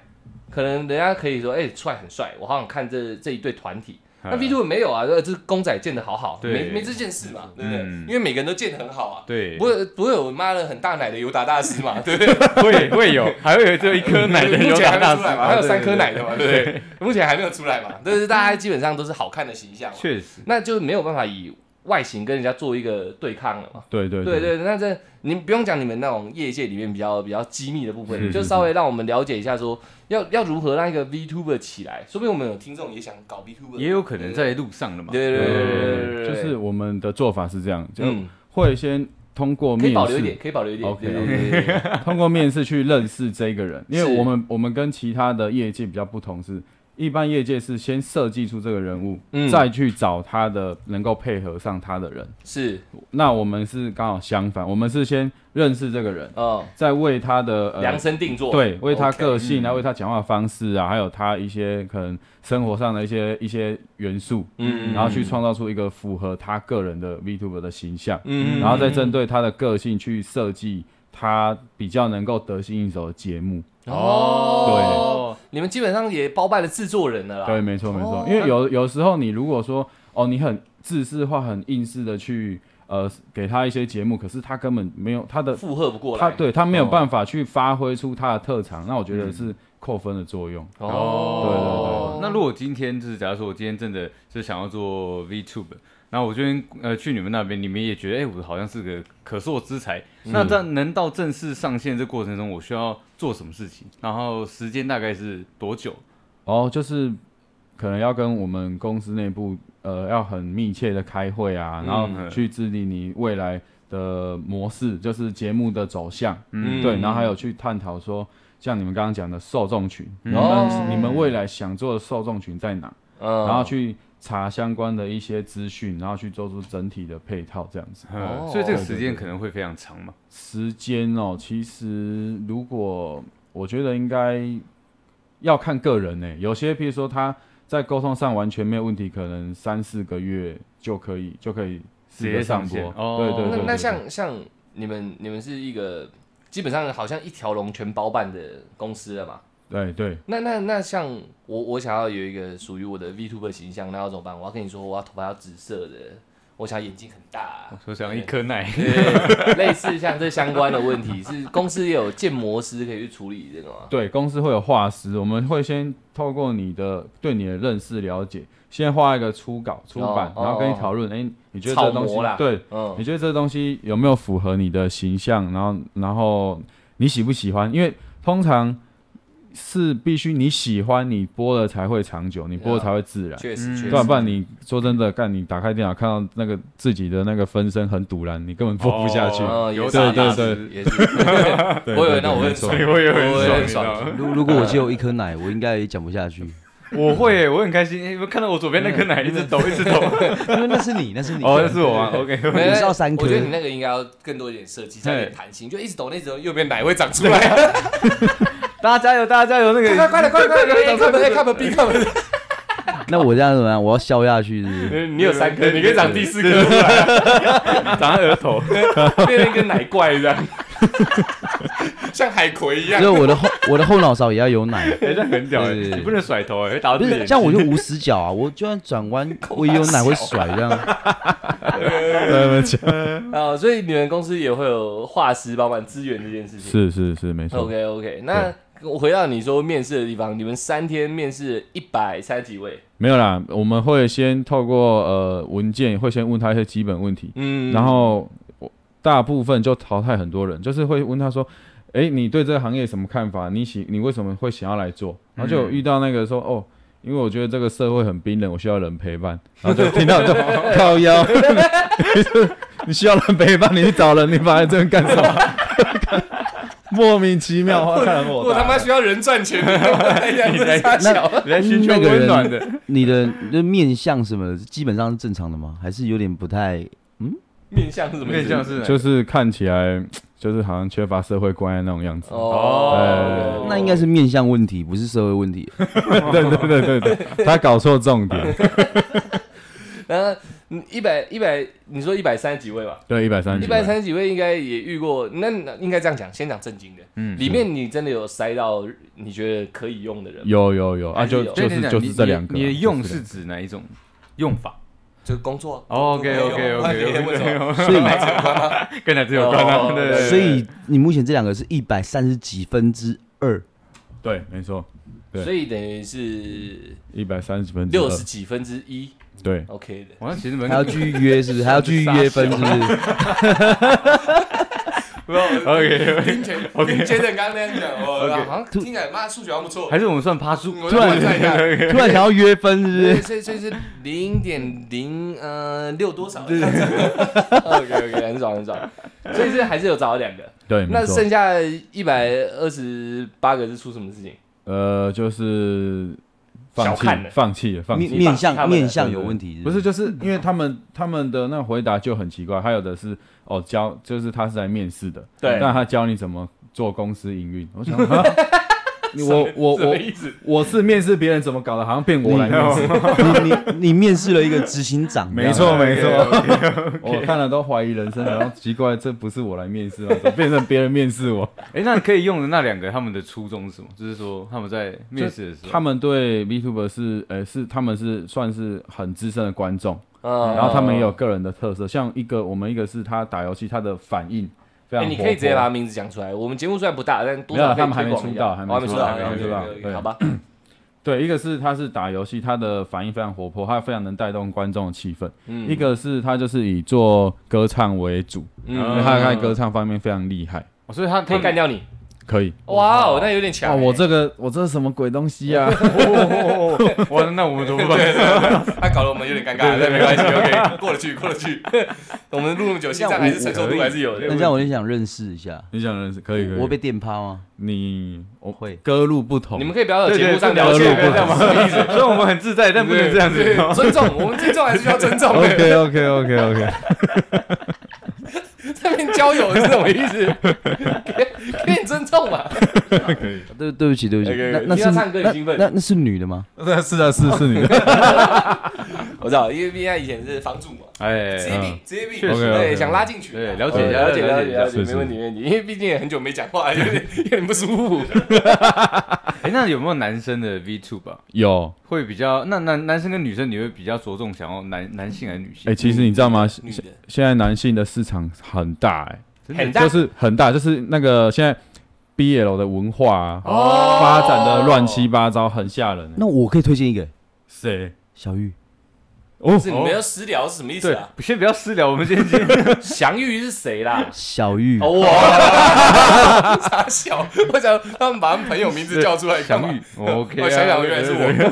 可能人家可以说，哎、出来很帅，我好想看这这一对团体。那 V two 没有啊，呃这公仔建的好好，嗯对没没这件事嘛，对不对？嗯因为每个人都建的很好啊，对，不会不会有妈的很大奶的尤达大师嘛，对不对？会 会有，还会有这一颗奶的目有前还打没有出大师来嘛， 还有三颗，对对对奶的嘛，对不对？ 目前还没有出来 嘛，但是大家基本上都是好看的形象嘛，确实，那就没有办法以外形跟人家做一个对抗了嘛。对对对对，那这你不用讲你们那种业界里面比较比较机密的部分，是就是稍微让我们了解一下说，要要如何让一个 VTuber 起来，说不定我们有听众也想搞 VTuber，也有可能在路上了嘛。对对对对对对对，就是我们的做法是这样，就嗯，会先通过可以面保留一点，试，可以保留一点 OK，对对对对对对通过面试去认识这个人，因是为我们我们跟其他的业界比较不同是。一般业界是先设计出这个人物，嗯再去找他的能够配合上他的人。是，那我们是刚好相反，我们是先认识这个人，嗯，再为他的呃量身定做，对，为他 OK，嗯个性啊，为他讲话方式啊，还有他一些可能生活上的一些一些元素，嗯然后去创造出一个符合他个人的 Vtuber 的形象，嗯然后再针对他的个性去设计他比较能够得心应手的节目。哦，对，你们基本上也包办了制作人了啦，对，没错没错，因为有有时候你如果说哦，你很自式化、很应试的去呃给他一些节目，可是他根本没有他的。负荷不过来，哦他对他没有办法去发挥出他的特长，那我觉得嗯是扣分的作用。哦哦，，那如果今天就是，假如说我今天真的是想要做 VTube，然后我这边呃去你们那边，你们也觉得哎、我好像是个可塑之才。那在能到正式上线这过程中，我需要做什么事情？然后时间大概是多久？哦，就是可能要跟我们公司内部呃要很密切的开会啊，然后嗯去制定你未来的模式，就是节目的走向，嗯对，然后还有去探讨说。像你们刚刚讲的受众群，你们、哦你们未来想做的受众群在哪？嗯，然后去查相关的一些资讯，然后去做出整体的配套，这样子。嗯哦所以这个时间可能会非常长嘛。时间哦，其实如果我觉得应该要看个人呢、有些譬如说他在沟通上完全没有问题，可能三四个月就可以就可以直接试着上上播线。哦对对那对对那像像你们你们是一个基本上好像一条龙全包办的公司了嘛？对对那那那像我我想要有一个属于我的 VTuber 形象，那要怎么办？我要跟你说，我要头发要紫色的，我想要眼睛很大、 我想一颗奶，对，类似像这相关的问题，是公司也有建模师可以去处理这个吗？对，公司会有画师，我们会先透过你的对你的认识了解，先画一个初稿出版，哦然后跟你哦讨论，哎、你觉得草这东西模啦对，嗯你，觉得这东西有没有符合你的形象？然后，然后你喜不喜欢？因为通常是必须你喜欢，你播了才会长久，你播了才会自然。啊确实嗯确实对吧，不然你说真的，干你打开电脑看到那个自己的那个分身很堵然，你根本播不下去。嗯，有也是对也对是对，也是。 对我以对为那对我会没很错爽， 我我也也很很爽，爽。如如果我只有一颗奶，我应该也讲不下去，我会，我很开心。哎你们看到我左边那颗嗯奶一直抖，一直抖。因为那是你，那是你。哦，那是我啊。OK，没有你是要三颗我觉得你那个应该要更多一点设计，再有点嘿弹性，就一直抖，一直抖，右边奶会长出来。大家加油，大家加油！那个 快快点，快快点，看门 A 看门 B 看门。 那我这样怎么样？我要消下去是不 是？你有三颗，你可以长第四颗出 来，长在额头。变成一个奶怪这样。 像海葵一样因为。我的后我的后脑勺也要有 奶，哎，这样很屌哎，对你不能甩头哎，会啊打到不自己是脸这样我就无死角啊！我就算转弯，我也有奶会甩 这样。啊，所以你们公司也会有画师帮忙支援这件事情。是是是，没错。 OK OK，那我回到你说面试的地方，你们三天面试一百三十几位，没有啦，我们会先透过呃文件，会先问他一些基本问题，嗯，然后我大部分就淘汰很多人，就是会问他说：“哎，你对这个行业什么看法？你喜你为什么会想要来做？”然后就有遇到那个嗯说：“哦，因为我觉得这个社会很冰冷，我需要人陪伴。”然后就听到就 靠腰，你你需要人陪伴，你去找人，你把来这边干什么？ 莫名其妙，花看我 我他妈需要人赚钱，你在傻笑。你在寻求温暖的，你的你的面相什么的，基本上是正常的吗？还是有点不太？面相是什么意面思？向是哪就。是看起来就是好像缺乏社会关爱那种样子。哦，那应该是面相问题，不是社会问 题。 对对对对对，他搞错重点。 那一百一百，你说一百三十几位吧？对，一百三十，一百三十几位应该也遇过，那那应该这样讲，先讲正经的，嗯里面你真的有筛到你觉得可以用的人吗，有有有啊，还是就有就对是对对就是你这两个啊。你的就是用这是两个指哪一种用法哦就是工作。 ？OK OK 那 OK 你也为什 OK，么？所以跟哪只有关哦啊？对对对所以你目前这两个是一百三十几分之 二，对，没错，对所以等于是一百三十分之二六十几分之一对， ，OK 的。哇，那其实蛮还 要去约是不是？还要去约分是不是？ OK，听起来 OK 接着刚刚那样讲，我 OK 好像听起来妈数学还不错。 还是我们算趴数？我再玩一下 突然想要约分是不对，是？所以所以是零点零呃六多少这样子？OK OK，很爽很爽。所以是还是有找到两个，对，没那错。剩下一百二十八个是出什么事情？呃，就是放小弃看了，放弃了， 放面弃。面他们相的面相有问题不是，就是因为他们他们的那回答就很奇怪，还有的是哦教，就是他是来面试的，对但他教你怎么做公司营 运。我想，哈你我我什么我意思？我是面试别人，怎么搞的？好像变我来面试。你你你面试了一个执行长，没错没错，我看了都怀疑人生，然后奇怪，这不是我来面试吗？怎么变成别人面试我？哎，那可以用的那两个他们的初衷是什么？就是说他们在面试的时候，他们对 VTuber 是，呃，是他们是算是很资深的观众，嗯然后他们也有个人的特色，像一个我们一个是他打游戏，他的反应非哎，常活泼。你可以直接把他名字讲出来。我们节目虽然不大，但多没有少啦可以他们还没推广一出下道哦还还没没出出道，道还没出道对对好 吧。对，一个是他是打游戏，他的反应非常活泼，他非常能带动观众的气氛；嗯一个是他就是以做歌唱为主，因为嗯，他在歌唱方面非常厉害，哦所以他可他以干掉你。可以。哇哦，那有点强哇，欸。我这个我这是什么鬼东 西啊？哇，那我们怎么办？他搞得我们有点尴尬，但没关系，OK，过得 去，过得去。我们录那么久，心脏还是承受度还是有那的。这样我就想认识一下，你想认识？可以可以。我会被电趴吗？你我会歌路不同，你们可以不要有对节目对，上不聊聊天，天，不不要要这这样样嘛。嘛。 虽然我们很自在，但不能这样子。哦尊重，我们尊重还是要尊重的。 OK OK OK OK，这边交友是什么意 思？给给你尊重嘛。对对不起对不起， OK，OK，那那哎听是他唱歌那很兴奋那那是女的吗？那 是的，是是你 的，我知道，因为毕竟他以前是房主嘛，哎，职业病，职业病，确实对， OK，OK 想拉进去，对了解一下了解，了了解一解，下了解，是没是问题，没问题，因为毕竟也很久没讲话，有点有点不舒服。哎，那有没有男生的 V two 吧？有会比较那男男生跟女生，你会比较着重想要男男性还是女哎、性？其实你知道吗？女现的现在男性的市场很大、哎，真很的大就是很大，就是那个现在 BL 的文化啊，哦发展的乱七八糟，很吓人、欸那我可以推荐一个谁？小玉，哦不，是你们要私聊是什么意思对啊？，先不要私聊，我们先先祥玉是谁啦？小玉哦，哇，傻笑！我想他们把他们朋友名字叫出来干嘛相 遇。OK，啊我想想，原来是对对对我。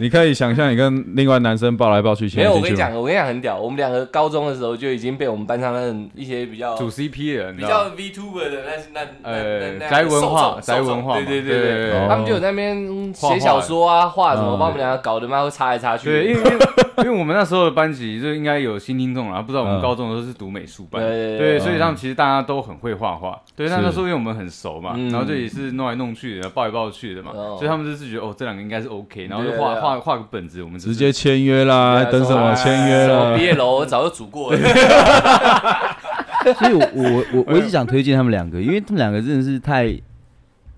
你可以想象你跟另外男生抱来抱去，没牵来有，我牵跟去你吗讲，我跟你讲很屌。我们两个高中的时候就已经被我们班上的一些比较组 CP 啊了，你比知道较 VTuber 的那那那呃那宅文化，受众宅文化嘛，受众对对对对对，哦他们就有在那边嗯画画写小说啊，画什么，嗯把我们两个搞得妈会插来插去。对，因为因 为因为我们那时候的班级就应该有新听众啦，不知道我们嗯高中的时候是读美术班，对对对对，嗯所以他们其实大家都很会画画，对，是那那时候因为我们很熟嘛，嗯然后这也是弄来弄去的，然后抱来抱去的嘛，哦所以他们就是觉得哦，这两个应该是 OK，然后就对画对对画画个本子，我们就直是接签约啦，对啊等什么说签约什么啦毕？业楼我早就煮过了。所以我我 我我一直想推荐他们两个，因为他们两个真的是太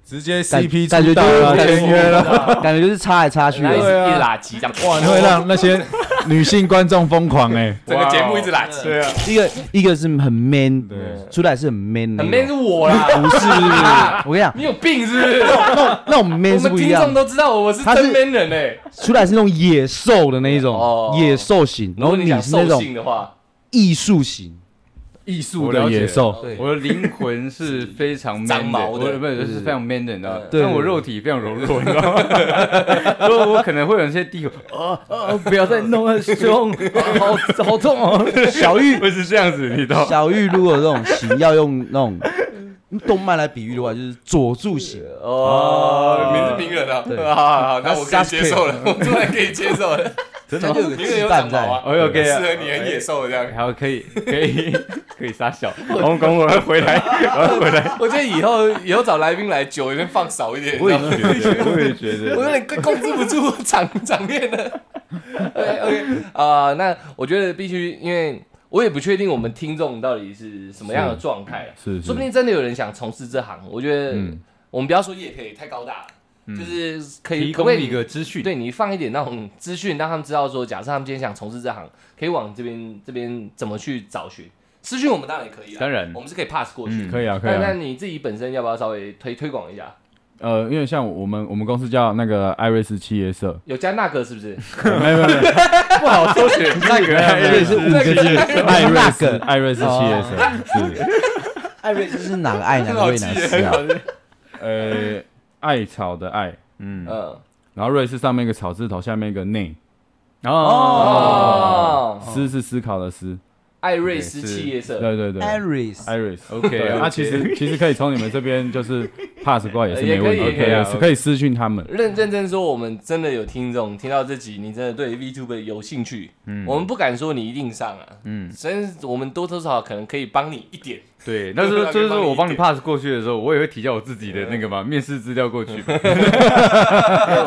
直接感 CP 感觉出道就是了，签约了，啊了， 哎感觉就是插来插 去然后一直的。对啊一直拉鸡这样，哇，你会让那些女性观众疯狂 哎！整个节目一直拉鸡，对啊，一个一个是很 man，对出来是很 man 的很那 man 是种，我啦，不是不是不是，我跟你 讲，你有病是不是？那种 man 我是们不一听众样，都知道我是他是真 man 人哎，出来是那种野兽的那一哦种，野兽型，然如果后你你想是那兽种性的话，艺术型，艺术我了的解野 兽，对我的灵 魂是非常长 man 的，毛我的不是是非常 man 的，你知道吗？对但我肉体非常柔弱，你知道吗？ 所以我可能会有一些低吼，啊哦啊，不要再弄 了，胸，啊好好痛哦，小玉 会是这样子，你知道吗？小玉如果这种型要用那种动漫来比喻的话，就是佐助型。嗯哦，名字名人啊，好好好，那我可以他是接受了，我突然可以接受了，真的就有个名羁人有绊长毛在。啊，哦，OK 适啊合你很野兽这样。好，可以，可以， 可以撒小。我们等我要回来， 我要回来。 我觉得以后以后找来宾来酒，先放少一点，你我知也道吗觉得，我也觉我有得，点控制不住场场面了。OK OK 啊、那我觉得必须，因为我也不确定我们听众到底是什么样的状态啊，是是说不定真的有人想从事这行。我觉得嗯我们不要说业配太高大了，就是可以提可不可供以一个资讯，对你放一点那种资讯，让他们知道说，假设他们今天想从事这行，可以往这边这边怎么去找寻。私讯我们当然也可以啊，当然我们是可以 pass 过去。嗯可以啊，可以但那。啊你自己本身要不要稍微推推广一下？呃，因为像我们我们公司叫那个艾瑞斯企业社，有加那个是不是？没有没有没有，不好搜寻那个这是五个字，艾瑞那斯个艾瑞斯企业社是艾瑞斯是哪个爱哪个未难斯啊？呃艾草的艾，嗯，嗯，然后瑞是上面一个草字头，下面一个内，哦哦哦，思是思考的思，艾瑞斯企业社，对对对艾瑞斯， ，Iris。对， ，OK，啊，其实其实可以从你们这边就是 pass 过来也是没问题，也可以对也可以啊是可以私讯他们。认认真说，我们真的有听众听到这集，你真的对 VTuber 有兴趣，嗯我们不敢说你一定上啊，嗯，真我们多多少少可能可以帮你一点，对， 那时候就是说我帮你 pass 过去的时候，我也会提交我自己的那个嘛面试资料过去，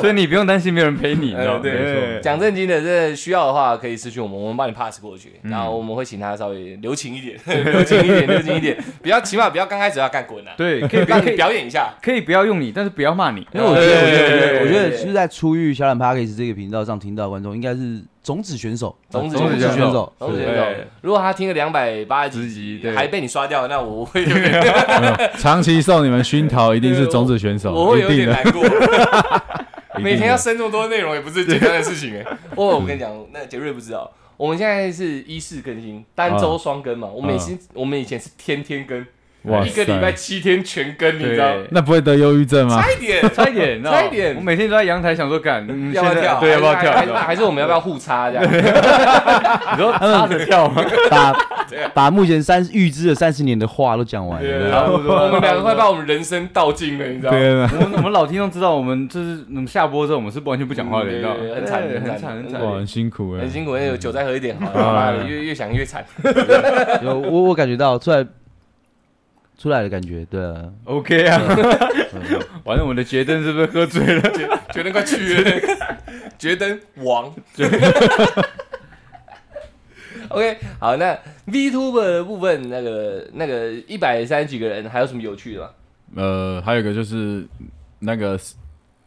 所以你不用担心没有人陪你，你知道哎吗？对没错讲正经的，这需要的话可以私讯我们，我们帮你 pass 过去，嗯然后我们会请他稍微留情一点， 留情一点，留情一点，不要起码不要刚开始要干滚啊，对，可以不要让 可你以表演一下，可以不要用你，但是不要骂 你，因为我觉得，我觉得，我觉对得就是在初遇小懒 p a c k a g e 这个频道上听到的观众，应该是种子选手，种子种子选选手手，总之对总之如果他听了两百八十十集集对还被你刷掉，那我会有 点没有长期受你们熏陶，一定是种子选我手，会一有定点的难， 过。一定的每天要生这么多内容，也不是简单的事情哎。哦，我跟你讲，那杰瑞不知道，我们现在是一四更新，单周双更啊嘛。我们以前我们以前是天天更，哇一个礼拜塞，七天全更，你知道？对那不会得忧郁症吗？差一点，差一点，你知道吗差一点我每天都在阳台想说，干，嗯要不要 现在跳？哎对，要不要跳？还你是还是知道吗还是我们要不要互插这样？你 说插着跳吗？把把目前三预知的三十年的话都讲完对啊了。对，差不多我们两个快把我们人生道尽了，你知道？天啊！我们我们老听众知道，我们就是我们下播之后，我们是完全不讲话的，嗯你知道吗对对对很惨对很很惨惨，很对哇，惨。很辛苦哎，很辛苦，那有酒再喝一点好啊了，妈的越越想越惨。有我我感觉到出来出来的感觉，对啊， OK 啊， 完了，我们的杰登是不是喝醉了？觉觉得快去了，觉得王。OK，好，那 VTuber 的部分，那个那个一百三十几个人，还有什么有趣的吗？呃，还有一个就是那个十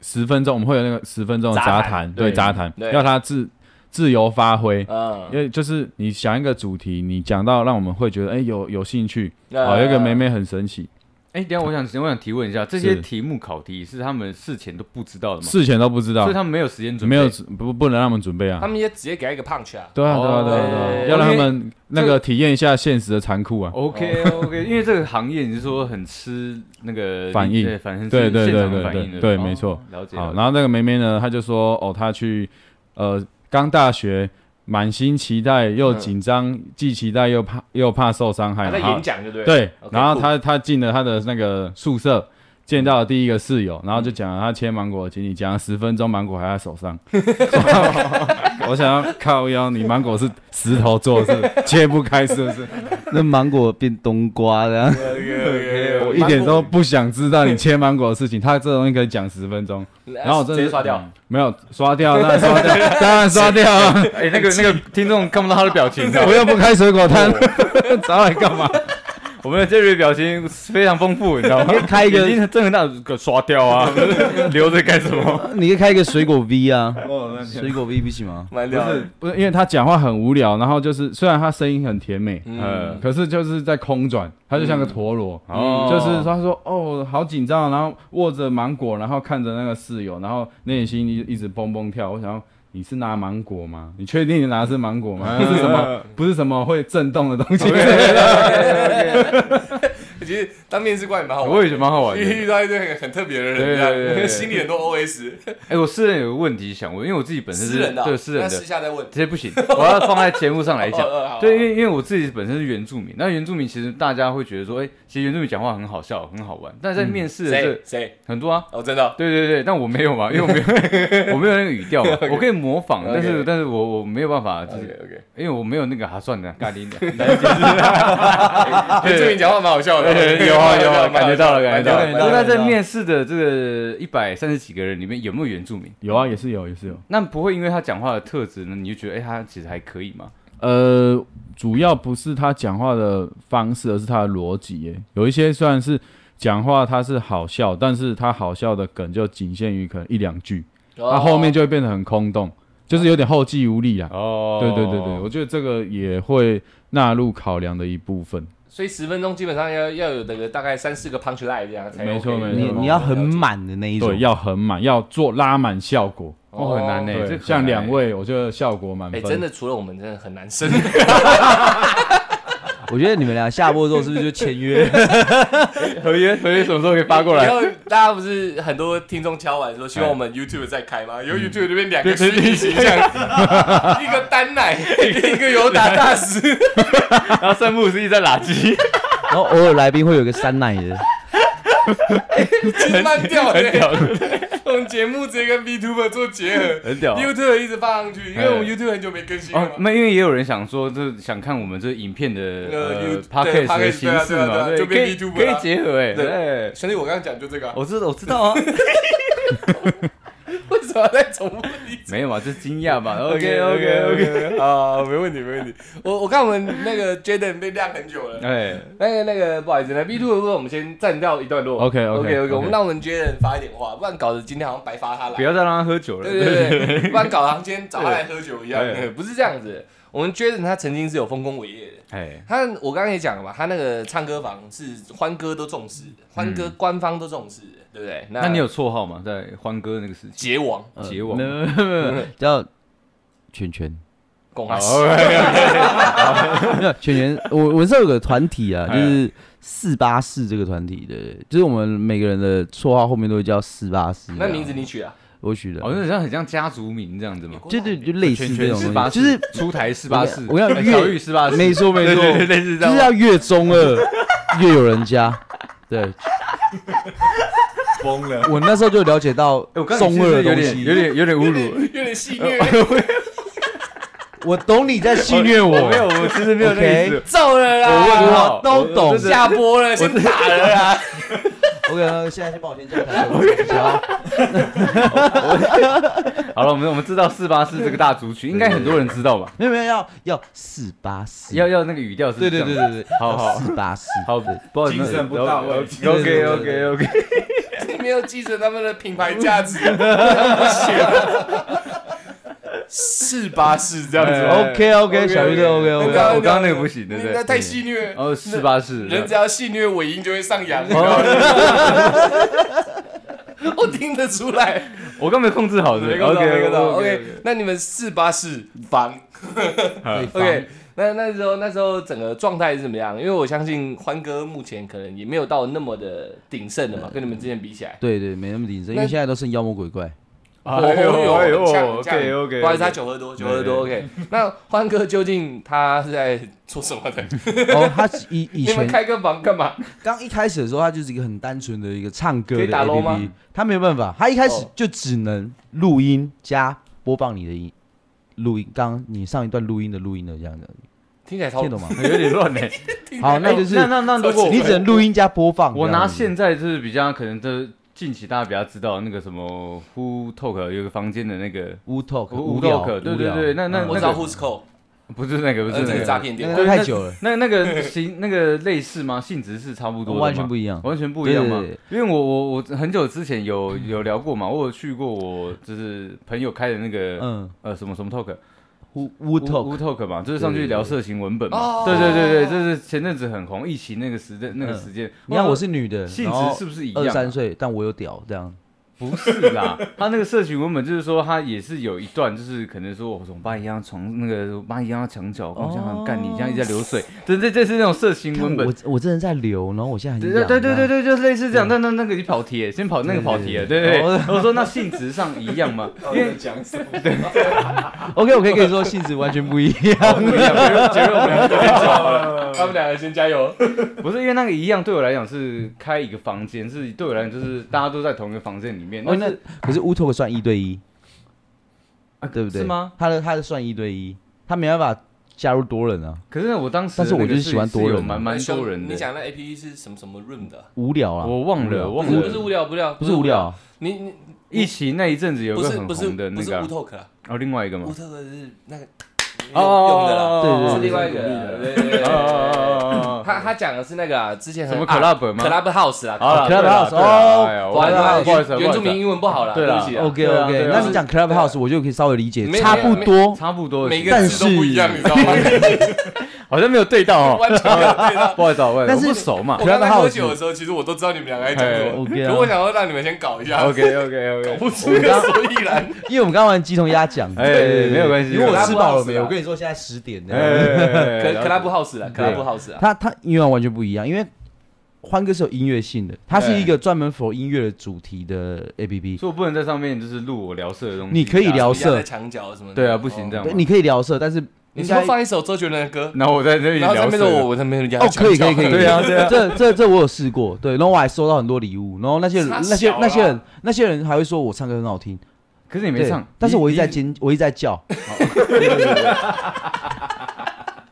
十分钟，我们会有那个十分钟的杂杂谈谈，对对杂谈，对要他自自由发挥。因嗯，为就是你想一个主题，你讲到让我们会觉得哎、有有兴趣，呃哦，有一个梅梅很神奇，哎，等一下我想我想提问一下，这些是题目考题是他们事前都不知道的吗？事前都不知道所以，他们没有时间准备，啊没有不不能让他们准备啊他，们也直接给他一个 punch 啊。对啊对啊对啊哦对啊，要让他们那个体验一下现实的残酷啊， OK OK，因为这个行业你是说很吃那个反应对，反正对对对对反应的，对对哦没错。了解，好，了解然后那个梅梅呢，她就说哦，她去呃刚大学，满心期待又嗯紧张，既期待又怕又怕受伤哎害，他在好演讲就对了。对 OK，然后 cool 他他进了他的那个宿舍，见到了第一个室友，然后就讲了他切芒果的经历，讲了十分钟，芒果还在手 上。我想要靠腰，你芒果是石头做的是，切不开是不是？那芒果变冬瓜的啊， OK，OK，OK，我一点都不想知道你切芒果的事情，他这东西可以讲十分钟，然然后我直真的接是刷嗯掉。没有刷掉，当然刷 掉，当然刷掉啊！ 哎，那个那个听众看不到他的表情，你知道吗我又不开水果摊，找来干嘛？我们的 Jerry 表情非常丰富，你知道吗你可以？开一个眼睛睁很大，给刷掉 啊，留着干什么？ 你可以开一个水果 V 啊，哦，水果 V 不行吗？蛮不屌的是。不是，因为他讲话很无聊，然后就是虽然他声音很甜美，呃，可是就是在空转，他就像个陀螺。嗯哦，就是他说哦，好紧张啊，然后握着芒果，然后看着那个室友，然后内心一一直蹦蹦跳。我想要你是拿芒果吗？你确定你拿的是芒果吗？不是什么，不是什么会震动的 东西。其实当面试官也蛮好玩的，我也觉得蛮好玩的。遇遇到一堆很很特别的对人，对对这对样心里很多 OS，哎，我私人有个问题想问，因为我自己本身私是人的啊，对私人那的私，下再问。这些不行，我要放在节目上来 讲哦哦好。对，因为因为我自己本身是原住民，那原住民其实大家会觉得说，哎，其实原住民讲话很好笑，很好玩，但是在面试的嗯谁这谁？很多啊，哦，真的哦，对对对，但我没有嘛，因为我没 有我没有那个语调嘛，我可以模仿，但是 OK 但是我我没有办法，就是 OK，因为我没有那个啊，算了，咖 喱的， 原住民哦讲话蛮好笑的，对有啊有啊，感觉到了感觉到 蛮屌的了。那蛮屌的在面试的这个一百三十几个人里面，有没有原住民？有啊，也是有，也是有。那不会因为他讲话的特质呢，你就觉得哎，他其实还可以嘛？呃，主要不是他讲话的方式，而是他的逻辑耶。有一些虽然是讲话他是好笑，但是他好笑的梗就仅限于可能一两句，哦啊他后面就会变得很空洞，就是有点后继无力啊。哦对对对对，我觉得这个也会纳入考量的一部分。所以十分钟基本上要要有那个大概三四个 punch line 这样才没错 OK 没错你你要很满的那一种对，。要很满，要做拉满效果。哦很难呢，对，这很像难两欸位，我觉得效果满哎，分。真的，除了我们，真的很难生。 我觉得你们俩下播之后是不是就签 约？合约合约什么时候可以发 过以来？后大家不是很多听众敲完说希望我们 YouTube 再开吗？有 YouTube 这边两个变成虚拟形象， 一个丹奶，一个尤达大师。然后圣母是一直在垃圾，然后偶尔来宾会有个三奶的，其实蛮屌 很屌的，，我们节目直接跟 VTuber 做结合很屌。 ，YouTube 一直放上去，因为我们 YouTube 很久没更新哦了，嘛。那因为也有人想说，就是想看我们这影片的呃 you- p o d c 对 a s t 的 podcast，对啊形式对啊嘛，对啊就可以变可 VTuber 啦以结合哎，对对，兄弟，我刚刚讲就这个啊，我知道我知道啊， 为什么要再重复一次？ 没有嘛，啊就是惊讶嘛，OK OK OK，啊，没问题没问题。我我看我们那个 Jaden 被晾很久了，哎，那个那个不好意思，那 B two 的部分我们先暂掉一段落。 OK，OK， OK OK， OK 我们让我们 Jaden 发一点话，不然搞得今天好像白发他来。不要再让他喝酒了，对对对对，不然搞得好像今天找他来喝酒一样对，不是这样子。我们 Jaden 他曾经是有丰功伟业的，哎，他我刚刚也讲了嘛，他那个唱歌房是欢歌都重视的，欢歌官方都重视的，对不对？那你有绰号吗？在欢哥那个时期，结网 结网。嗯叫圈圈。共好他没有 圈圈，我我是有个团体啊，就哎是四八四这个团体的，就是我们每个人的绰号后面都会叫四八四。那名字你取啊？我取的，哦，那很像很像家族名这样子嘛，就 对，就类似全这全种四东八西，就是出台四八四，我要哎越小玉四八四，没错没错，对对对类似就是要越 中二越有人家，对。疯了。我那时候就了解到哎我刚刚中其二实有的东点有西，点有点侮辱，有点戏虐，我懂你在戏虐我，没有，哦我其实没有那个意思。揍了啦！我问号我都懂。下播了，先打了啦。 OK，现在先帮我先叫他，我先叫他好了，我们我们知道四八四这个大族群，应该很多人知道吧？没有没有要要四八四，要要那个语调是对对这对样对对，好好四八四，好，不好意思，精神不到位 OK OK OK，你没有继承他们的品牌价值，不行。四八四这样子哦吗，哎 OK OK，小鱼的 OK 我 OK，刚我刚刚那个不行，对不嗯哦你那对？太戏虐然。后四八四，人只要戏虐尾音就会上哦扬， 我听得出来。我刚没控制好，没对看到，没看到。 OK， OK，那你们四八四房对方 OK，那那时候那时候整个状态是怎么样？因为我相信欢哥目前可能也没有到那么的鼎盛的嘛，跟你们之前比起来。对对，没那么谨慎，因那为现在都剩妖魔鬼怪。哦哎呦，OK ，OK OK，哎不好意思，他酒喝多，酒喝多，OK。那欢哥究竟他是在做什么的？哦，他以以你们前开个房干嘛？刚一开始的时候，他就是一个很单纯的一个唱歌可的以打 LOL 吗 APP，他没有办法，他一开始哦就只能录音加播放你的音。录音，刚你上一段录音的录音的这样的，听起来超听得懂 吗？有点 乱呢。好，那就是哎那那那如果你只能录音加播放。我这样拿子现在就是比较可能就是近期大家比较知道那个什么 Who Talk 有一个房间的那个乌 talk 无聊 talk，对无对聊对那那嗯我知道 Who's Call，不是那个，不呃，是这那个个诈。骗电那话个太久了，那那个形那个类似吗？性质是差不多的吗，完全不一样。完全不一样吗对对？因为我我我很久之前有有聊过嘛，我有去过我就是朋友开的那个、嗯呃什么什么 talk ，Wood Wood Talk，乌 talk 嘛，就是上去聊色情文本嘛。对对对对对对哦对，这是前阵子很红，疫情那个时间那个时间。嗯你看哇我是女的，呃性质是不是一样二啊？三岁，但我有屌这样。不是啦， 他那个社群文本就是说，他也是有一段，就是可能说我我妈一样床那个我妈一样墙角，我想想干你，这样一直在流 水，这这这是那种色情文本。我我真的在流，然后我现在很对对痒对对对这样对，就是类似这样，但那那个你跑题了，先跑那个跑题了，对对哦对。我说那性质上一样 吗？因为讲什么？ OK，我可以跟你说性质完全不一 样。不一样，结论结论我们他们两个先加油。 不是因为那个一样，对我来讲是开一个房间，是对我来讲就是大家都在同一个房间里面，哦，但那是可是 Wood Talk 算一对一，啊对不对？是吗？他的他的算一对一，他没办法加入多人啊，可是呢我当时但是我那个就是喜欢多人啊有嘛蛮蛮多人你的，讲那 A P P 是什么什么 room 的？无聊啊。我忘了无忘不是了，不是无聊不聊，不是无聊，啊你你一起那一阵子有不个是很不是红的不那是个啊乌，透克，哦，另外一个乌吗？透克是那个用的啦，对哦是对另外一个啊，对对对对对。哦他他讲的是那个啊之前什很么啊 club 吗 club house 啊，好了 Clubhouse，对了哦哎呀不好意思完了啊不好意思，原不好意住思民英文不好啦，对对啦不起啊， OK 对啊 OK，对啊那你讲 Clubhouse，我就可以稍微理解，没有差不多。差不多的每时个间，但字都不一样，是你知道吗？好像没有对到 哦，完全没有对到。不好意思啊，不好意思，但是我不 熟嘛我。刚才喝酒的时候，其实我都知道你们两个在讲 哎什么， OK 可我啊，想要让你们先搞一下， OK OK 搞 OK，不出个所以然。因为我们刚刚玩鸡同鸭讲，哎对对对没有关系哎因为我吃饱了没？ Clubhouse 啊我跟你说，现在十点呢。可可可拉布 house 啦，可拉布 house 啦。他他音乐完全不一样，因为欢歌是有音乐性的，它是一个专门 for 音乐的主题的 A P P。所以我不能在上面就是录我聊色的东西。你可以聊什么压在色，墙角什么的。对啊，不行这哦。样吗。你可以聊色，但是你应说该放一首周杰伦的歌，然后我在那里然后聊这边色的的，我我在那边压哦，可以可以可以，对啊对啊这这这我有试过，对，然后我还收到很多礼物，然后那些人差那些小啦那些人那些人还会说我唱歌很好听，可是你没对上，但是我一直在你尖，我一直在叫，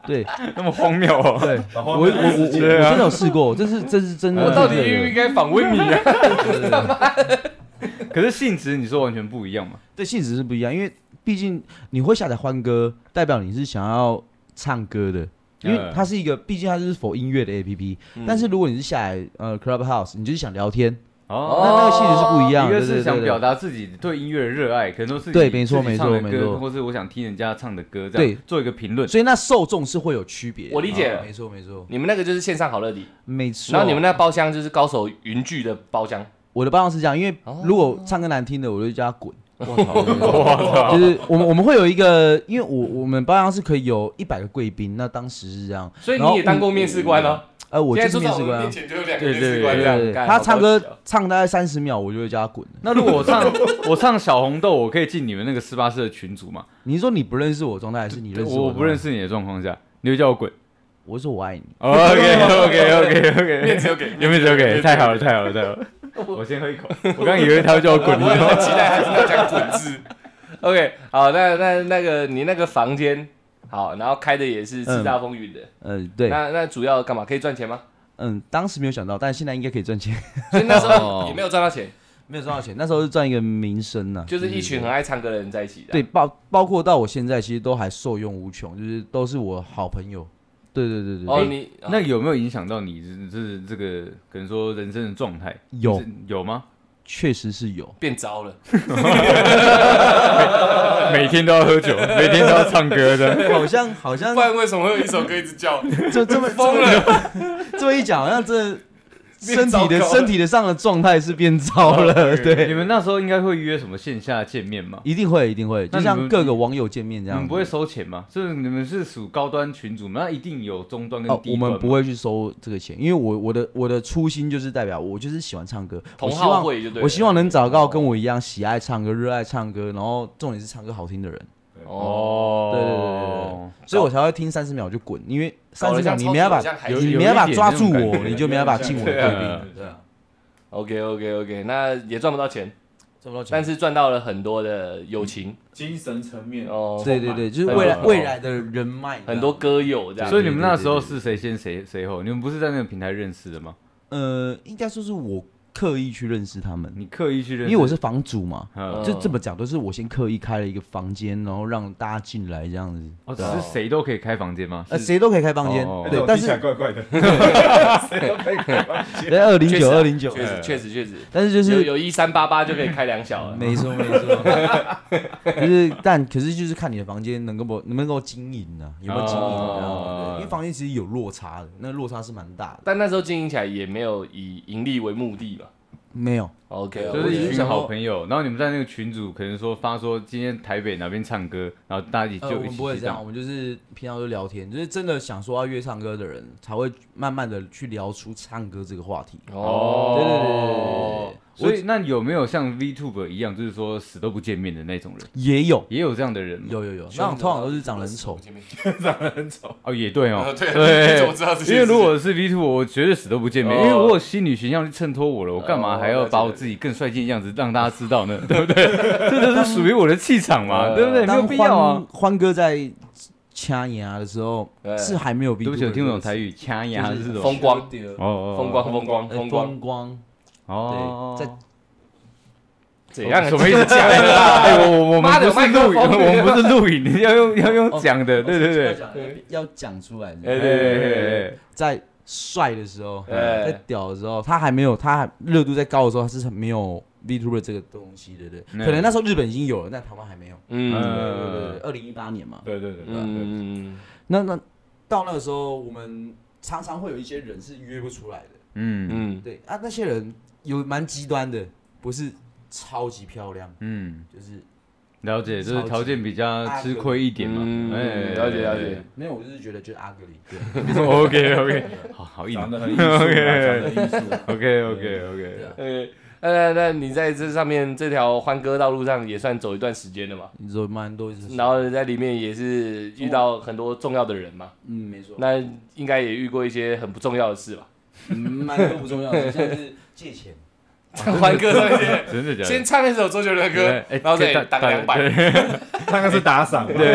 对你那么荒谬哦。对，我我我我我对啊真的有试过，这是这是真的，我到底真的应不应该访问你啊？ 可是性质你说完全不一样嘛？对性质是不一样，因为毕竟你会下载欢歌，代表你是想要唱歌的，因为嗯它是一个，毕竟它是否音乐的 A P P。但嗯是如果你是下载呃 Clubhouse，你就是想聊天，那哦，那个性质是不一样一的。个对是想表。对对对达自己对音乐的热爱，可能都是对没错自己唱的没错歌没错或是我想听人家唱的歌，这样对做一个评论。所以那受众是会有区别的。哦我理解了没错没错你们那个就是线上好乐迪，没哦错。然后你们那包厢就是高手云聚的包厢，我的包厢是这样，因为哦如果唱歌难听的，我就叫他 滚。 就是我们我们会有一个，因为我我们包厢是可以有一百个贵宾，那当时是这样。所以然你后也当过面试官哦。呃，我现就在是坐在我面试们官啊面。前就有两个对面对试官对这对样，干他好唱高歌级哦唱大概三十秒，我就会叫他滚。那如果我 唱我唱小红豆，我可以进你们那个十八社的群组嘛？你是说你不认识我状态，还是你认识我？我不认。识你的状况下，你就叫我滚。我是说我爱你。 OK OK OK OK，面子有给有没有 OK？太好了太好了太好了！我先喝一口，我刚以为他会叫 我滚，你我知也道很吗期待他听到讲滚字。OK，好，那那那个你那个房间好，然后开的也是叱咤风云的，嗯，对，那那主要干嘛？可以赚钱吗？嗯，当时没有想到，但现在应该可以赚钱。所以那时哦候也没有赚到钱，没有赚到钱，那时候是赚一个名声呐、就是一群很爱唱歌的人在一起的。啊对，包包括到我现在，其实都还受用无穷，就是都是我好朋友。对对对对对，哦，你那有没有影响到你就是这个可能说人生的状态？有是有吗？确实是有。变糟了，每天都要喝酒，每天都要唱歌 的。好像好 像不然为什么会有一首歌一直 叫？就这么疯了，这么一讲，好像真的变身糟体糕了的身体的上的状态是变糟了。对，你们那时候应该会约什么线下见面吗？一定会一定会，那就你像们各个网友见面这你样们子。不会收钱吗？就是你们是属高端群主嘛，那一定有中端跟哦，低我端、们不，会去收这个钱，因为我我的我的初心就是代表我就是喜欢唱歌，同我希好望会就对了。我希望能找到跟我一样喜爱唱歌、热爱唱歌，然后重点是唱歌好听的人，哦，对对对对所以我才会听三十秒就滚，因为三十秒你没办搞得像超法，级偶像还有是你有没办法抓住有一点这种我，感觉你就没办法进我的对贵啊宾，对啊， OK OK OK，那也赚不到钱，赚不到但钱。是赚到了很多的友情精神层面哦，对对对，就是对未来哦未来的人脉，很多歌友这样。所以你们那时候是谁先谁谁后？你们不是在那个平台认识的吗？呃，应该说是我刻意去认识他们，你刻意去认因识，为我是房主嘛，嗯就这么讲，都是我先刻意开了一个房间，然后让大家进来这样子。哦，只是谁都可以开房间吗？啊呃，谁都可以开房间哦哦，对，但是怪怪的，对二零确九实啊二零九，确实确实确实，但是就有是有一三八八就可以开两小了。没错没错， 就是但可是就是看你的房间能够不能不能够经营啊，有没有经营哦啊？对因为房间其实有落差的，那个落差是蛮大的。但那时候经营起来也没有以盈利为目的嘛。啊没有， OK，就我是觉得一群好朋友，然后你们在那个群组可能说发说今天台北哪边唱歌，然后大家一起呃，就我一们起不会去这样，我们就是平常就聊天，就是真的想说要约唱歌的人，才会慢慢的去聊出唱歌这个话题。哦，对对对对对对所以那有没有像 VTuber 一样，就是说死都不见面的那种人？也有，也有这样的人吗？有有有，那种通常都是长得很 丑，哦，也对哦，对你怎么知道 这些因为事如果是 VTuber，我绝对死都不见面，哦因为我有心理形象去衬托我了，我干嘛还哦要了解把我自己更帅气的样子让大家知道呢？对不对？这就是属于我的气场嘛，对不对？没有当必要欢啊。欢哥在掐牙的时候，对是还没有 V，对不起，我听不懂台语，掐牙是什么？风光哦哦，风光风光呃哎风光，风光，哦，对在怎样啊？什么意思？讲的啦？哎，我我我们妈的不是麦克录影，风我 们不是录影，要用要用讲的，对对对。对，要讲出来哎哎的，对对对对对在帅的时候，哎在屌的时候，他还没有，他还热度在高的时候，他是没有 VTuber 这个东西的，对不嗯对？可能那时候日本已经有了，但台湾还没有。嗯对嗯对对对，二零一八年嘛，对对对对。嗯，那那到那个时候，我们常常会有一些人是约不出来的。嗯嗯，对啊，那些人有蛮极端的，不是超级漂亮，嗯，就是了解，就是条件比较吃亏一点嗯嘛。哎，了解了解。没有，我就是觉得就是 ugly，对， OK OK，好好硬长啊。得很艺术 啊，长得很艺术。 OK OK OK，呃，那那那你在这上面这条欢歌道路上也算走一段时间了嘛？你说蛮多就是，然后在里面也是遇到很多重要的人嘛，嗯，没错，那应该也遇过一些很不重要的事吧？嗯蛮多不重要的，像是借钱， 欢歌上面真的假先的？唱一首周杰伦的对歌哎，然后再可以打打个两百， 那个是打赏，对，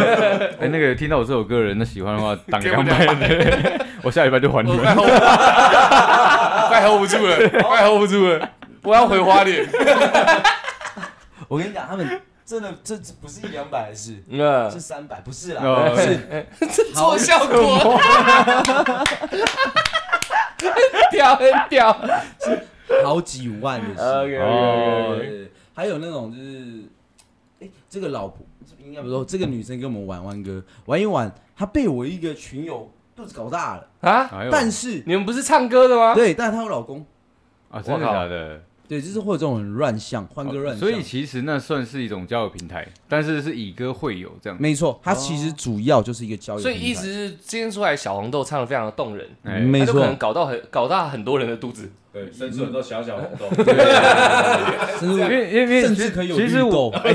哎，那个听到我这首歌的人，那喜欢的话，当给个我两两百，对 我下礼拜就还你我。快 hold 不住了 快 hold 不住 了，快 hold 不住了，我要回花 莲。我跟你讲，他们真的这这不是一两百的事，那是三百，不是啦，哦是做效 果，屌很屌。 好几万的事。 OK 哦 OK 对，对对还有那种就是，哎，这个老婆应该不是说这个女生跟我们玩玩歌，玩一玩，她被我一个群友肚子搞大了，啊！哎呦但是你们不是唱歌的吗？对，但是她有老公。啊，真的假的？对，就是会有这种很乱象，欢歌乱象。哦所以其实那算是一种交友平台，但是是以歌会友这样。没错，它哦其实主要就是一个交友所平台。以意思是今天出来小红豆唱的非常的动人，哎没他就可能错，搞到很搞大很多人的肚子。对，伸出很多小小红豆，甚因为至因为因为甚至可以有其实绿我豆。 哎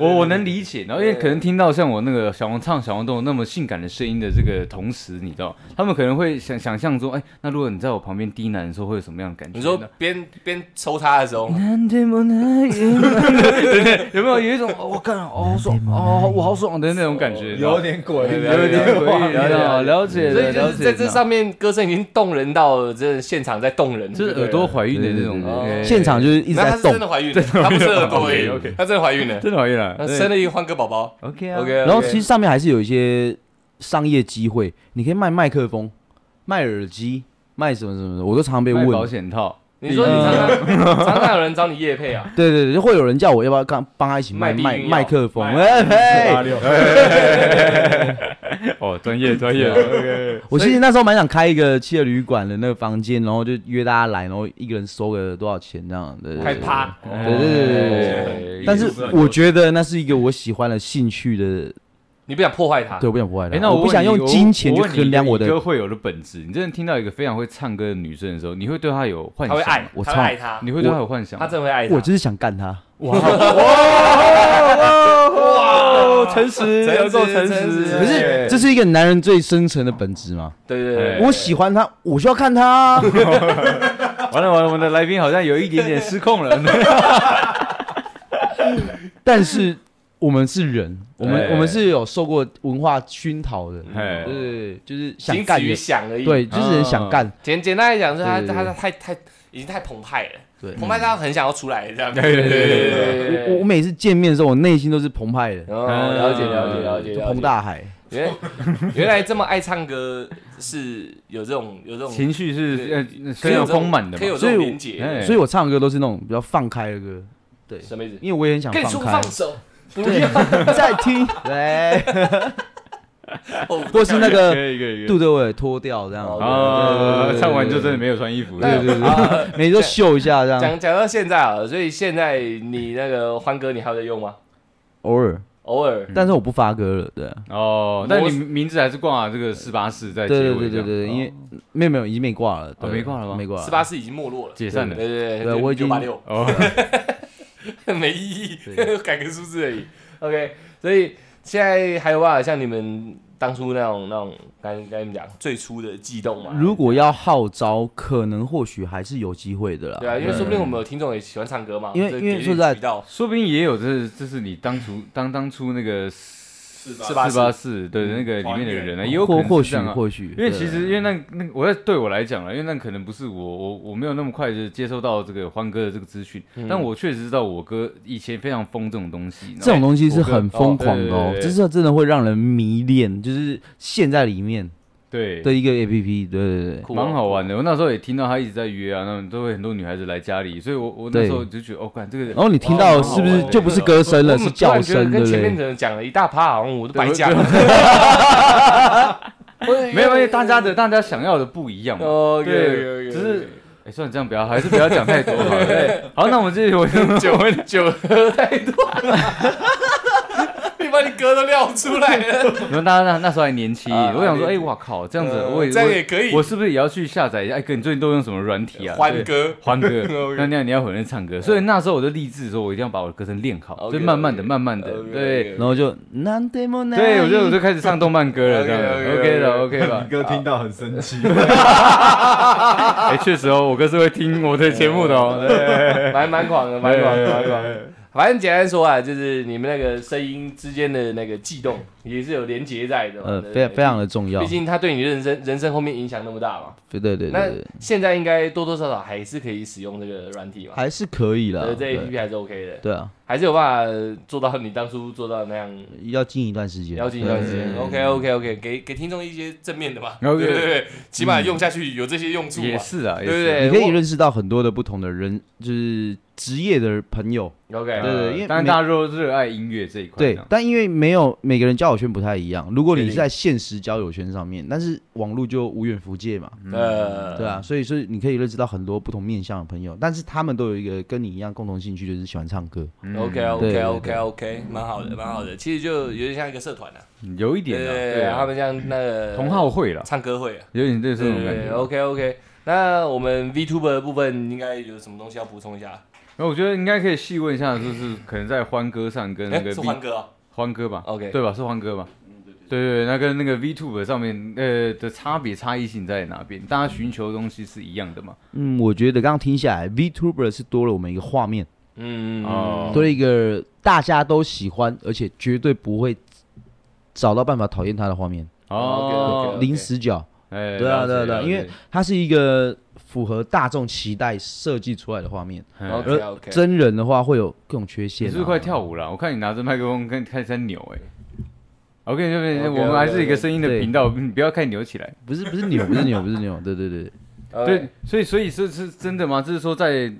我我能理解，然后因为可能听到像我那个小王唱小王豆那么性感的声音的这个同时，你知道，他们可能会想想象说，哎，那如果你在我旁边低喃的时候，会有什么样的感觉你呢？说边边抽他的时候，难得莫奈耶对 对有没有有一种哦我干哦好爽哦我好爽的那种感觉？ 有点鬼，对有点诡异，了了解所了以就了是解，在这上面歌声已经动人到了真的现场在动人，就是耳朵怀孕的这种对对对哎现场就是一直那在她是动真，的怀孕了，她不是耳朵而已 OK，OK 她真的怀孕了，真的怀孕了她，生了一个欢歌宝宝。 OK 啊 OK，然后其实上面还是有一些商业机会，你可以卖麦克风、卖耳机、卖什么什么的，我都常常被卖问。保险套，嗯你说你常常常常有人找你叶配啊？对对对，就会有人叫我要不要刚帮他一起卖卖避麦孕药麦克风？卖哎 八嘿，六，哦专业专业 OK。我其实那时候蛮想开一个汽车旅馆的那个房间，然后就约大家来，然后一个人收个多少钱这样。对对开对趴，哎对对对对对但是我觉得那是一个我喜欢的兴趣的，你不想破坏他？对，我不想破坏它。哎，那我不问想你用我金钱我去问你一衡个量我以歌的。会友的本质。你真的听到一个非常会唱歌的女生的时候，你会对她有幻他想会吗，爱，我他会操爱他，你会对她有幻想吗他。真的会爱他。我就是想干他，哇，诚实，哦诚实要够诚诚实对实，可是这是一个男人最深层的本质嘛。对对对哎对，我喜欢他，我就要看他啊。完了完了，我们的来宾好像有一点点失控了。但是我们是人，我哎们我们是有受过文化熏陶的，哎对对，对就是想仅止干于的，想而已。对，就是很想干。简简单来讲，是他对对他他对太太已经太澎湃了，对澎湃大家很想要出来这样。对对对对对我我每次见面的时候，我内心都是澎湃的，哦，了解了解了解嗯就了澎解。大海。原来原来这么爱唱歌是有这种有这种情绪哦对是呃可非以有这常种丰满的可以有嘛，这所以种我连接，哎所以我唱歌都是那种比较放开的歌，对，什么意思？因为我也很想跟你放说开放。手，不对要，再听，对，哦或是 那可个以可以可以杜德伟脱掉这样，哦啊，唱完就真的没有穿衣服，对对嗯啊对，每次都秀一下这样，讲讲到现在啊，所以现在你那个欢歌你还有在用吗？偶尔，偶尔但是我不发歌了，对啊，哦，但我你名字还是挂这个四八四在结对尾，哦对对对对，因为没有没有已经没挂了，对没挂了吗没挂了，四八四已经没落了，解散对了。对对我已经九八六哦， 没意义，改个数字而已。OK，所以现在还有办法像你们当初那种那种该该怎么讲最初的悸动嘛？如果要号召，可能或许还是有机会的啦。对啊，因为说不定我们有听众也喜欢唱歌嘛，嗯因为这因为给说实在渠道说不定也有，这是这是你当初当当初那个四八哦四四八四对那个里面的人啊，也有可或能或是许这样啊或许，因为其实因为那那我在对我来讲啊了，因为那可能不是我我我没有那么快就接收到这个欢歌的这个资讯，嗯但我确实知道我哥以前非常疯这种东西，这种东西是很疯狂的哦哦，对对对这是真的会让人迷恋，就是陷在里面对的一个 A P P。对对对，酷哦蛮好玩的。我那时候也听到他一直在约啊，那种都会很多女孩子来家里，所以我我那对时候就觉得哦，看这个人然后你听到哦的是不是就不是歌声了，我怎是么突然觉叫得声，对跟不前面对？的人讲了一大趴，好像我都白讲了。 没有，因为大家的大家想要的不一样嘛。 哦，对，只是哎，算了，这样不要，还是不要讲太多好了。对，好，那我们这里我就 酒酒喝太多了， 你把你歌都撂出来了。你们大家那那时候还年轻，啊我想说，年哎，轻哇靠，这样子呃我也这样我也可以我是不是也要去下载一下？哎哥，你最近都用什么软体啊？欢对歌欢 OK 嗯歌，那那样你要很认真唱歌。所以那时候我就立志说，我一定要把我的歌声练好， OK，就慢慢的、 OK，慢慢的， OK，对 OK，OK 然后就难得莫难，对，我就我就开始唱动漫歌了，这样 OK，OK，OK OK 的 OK 吧你？哥听到很生气，哎，确实哦，我哥是会听我的节目的哦。对蛮蛮狂的，蛮狂的，蛮狂的。反正简单说啊，就是你们那个声音之间的那个悸动，也是有连结在的嘛。 呃，对不非对常非常的重要毕。竟他对你人生人生后面影响那么大嘛。对对对那对，现在应该多多少少还是可以使用这个软体嘛，还是可以啦呃，。这对 APP 还是 OK 的，对啊，还是有办法做到你当初做到那样要经营一段时间，了解一段时对间。OK OK OK，给给听众一些正面的嘛，对 OK 对对，起码用下去有这些用处也嘛，是啊，也对不是对？你可以我认识到很多的不同的人，就是职业的朋友。 OK，对对呃因为当然每大家都热爱音乐这一块。对这样，但因为没有每个人交友圈不太一样，如果你确是定在现实交友圈上面，但是网络就无远弗届嘛，呃，对啊，所以所以你可以认识到很多不同面向的朋友，但是他们都有一个跟你一样共同兴趣，就是喜欢唱歌。嗯，OK 对 OK 对 OK 对 OK，蛮好的，蛮好的，其实就有点像一个社团啊，有一对点对啊，对，啊他们像那个同好会啦，唱歌会啊，有点类似对这种对感对觉。 ，OK OK。那我们 VTuber 的部分应该有什么东西要补充一下？然后我觉得应该可以细问一下，就是可能在欢歌上跟那哎，个是 V 欢歌啊欢歌吧 OK 对吧？是欢歌吧？对对对，那跟那个 VTube 上面呃的差别差异性在哪边？大家寻求的东西是一样的嘛？嗯，我觉得刚刚听下来，VTuber 是多了我们一个画面，嗯，啊哦多了一个大家都喜欢，而且绝对不会找到办法讨厌他的画面，哦 OK，OK 零死角。哎，对了啊解对啊对啊了解因为它是一个符合大众期待设计出来的画面。嗯 OK OK，真人的话会有各种缺你陷、啊。是不是快跳舞了？我看你拿着麦克风跟开始在扭哎。OK，这边 OK，OK，OK 我们还是一个声音的对频道，你不要太扭起来。不是不是扭，不是扭，不是扭，对对对，呃对，，所以所以是是真的吗？就是说在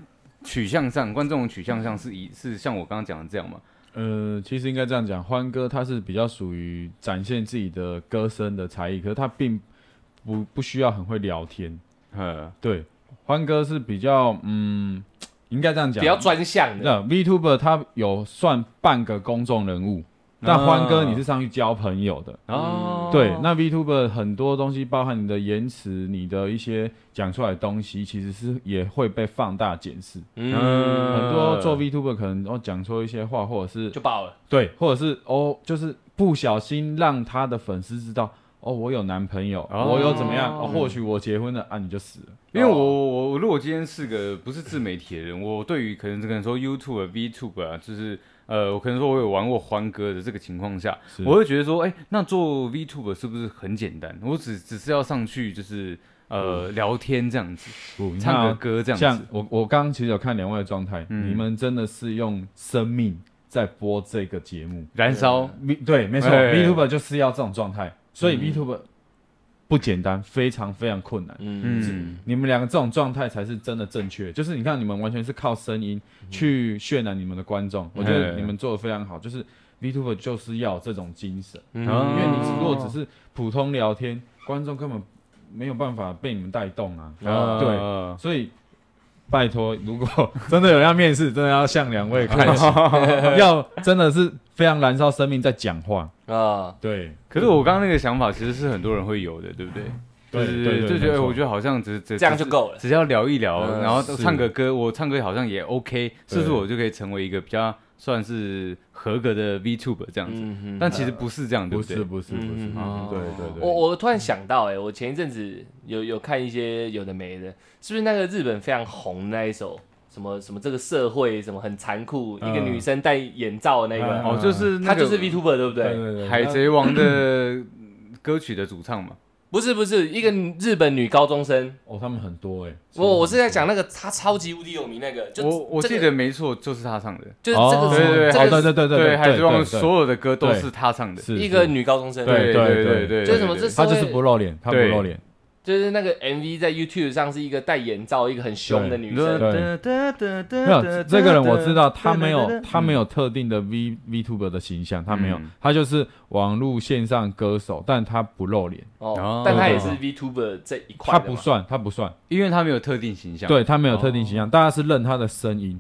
取向上，观众的取向上是一是像我刚刚讲的这样吗？呃，其实应该这样讲，欢歌它是比较属于展现自己的歌声的才艺，可是它并不不需要很会聊天。呃，对，欢歌是比较嗯，应该这样比讲，较专项的，那 VTuber 他有算半个公众人物，啊但欢哥你是上去交朋友的。哦，对，那 VTuber 很多东西，包含你的言辞、你的一些讲出来的东西，其实是也会被放大检视。嗯，很多做 VTuber 可能哦讲错一些话，或者是就爆了，对，或者是哦，就是不小心让他的粉丝知道哦，我有男朋友，哦我有怎么样，哦、或许我结婚了啊，你就死了。因为我我我如果今天是个不是自媒体的人，我对于可能可能说 YouTube、VTube 啊，就是呃，我可能说我有玩过欢歌的这个情况下，是我会觉得说，哎、那做 VTuber 是不是很简单？我只只是要上去就是呃、聊天这样子，不你看唱个啊歌这样子，像我我刚刚其实有看两位的状态，嗯你们真的是用生命在播这个节目。燃烧。 V 对，没错哎，Vtuber 就是要这种状态，所以 Vtuber 不简单，非常非常困难。嗯嗯，你们两个这种状态才是真的正确，就是你看你们完全是靠声音去渲染你们的观众，我觉得哎你们做的非常好，就是 Vtuber 就是要这种精神，嗯哦因为你如果只是普通聊天，观众根本没有办法被你们带动啊。啊对所以拜托，如果真的有人要面试，真的要向两位看 齐，要真的是非常燃烧生命在讲话。啊，对，可是我刚刚那个想法其实是很多人会有的，对不对？对就是对对就觉没得哎错我觉得好像只只这样就够了只是要聊一聊，嗯然后是唱个歌，我唱歌好像也 OK，是不是对我就可以成为一个比较算是合格的 VTuber 这样子？嗯但其实不是这样，对不对？是不是不是嗯，嗯对对对，我我突然想到、哎，我前一阵子有有看一些有的没的，是不是那个日本非常红的那一首什么什么这个社会什么很残酷，嗯一个女生戴眼罩的那个，嗯哦，就是那她个嗯就是 Vtuber 对不对？对对对，海贼王的歌曲的主唱嘛，不是不是，一个日本女高中生，哦，他们很多哎，我我是在讲那个她超级无敌有名那个， 就我我这记个得没错，就是他唱的。就是这个哦是、对对对对这哦个对是对对对，海贼王对所有的歌都对是他唱的。是一个是女高中生，对对对对，就是什么对这他就是不露脸，他不对露脸，就是那个 MV 在 YouTube 上是一个戴眼罩一个很凶的女你说生，对哒哒哒没有这个人我知道，他哒哒没有哒他没有特定的 V Vtuber 的形象，他没有嗯，他就是网络线上歌手，但他不露脸，哦哦，但她也对是 VTuber 这一块他的嘛，不算，他不算，因为他没有特定形象。对他没有特定形象，大家是认他的声音，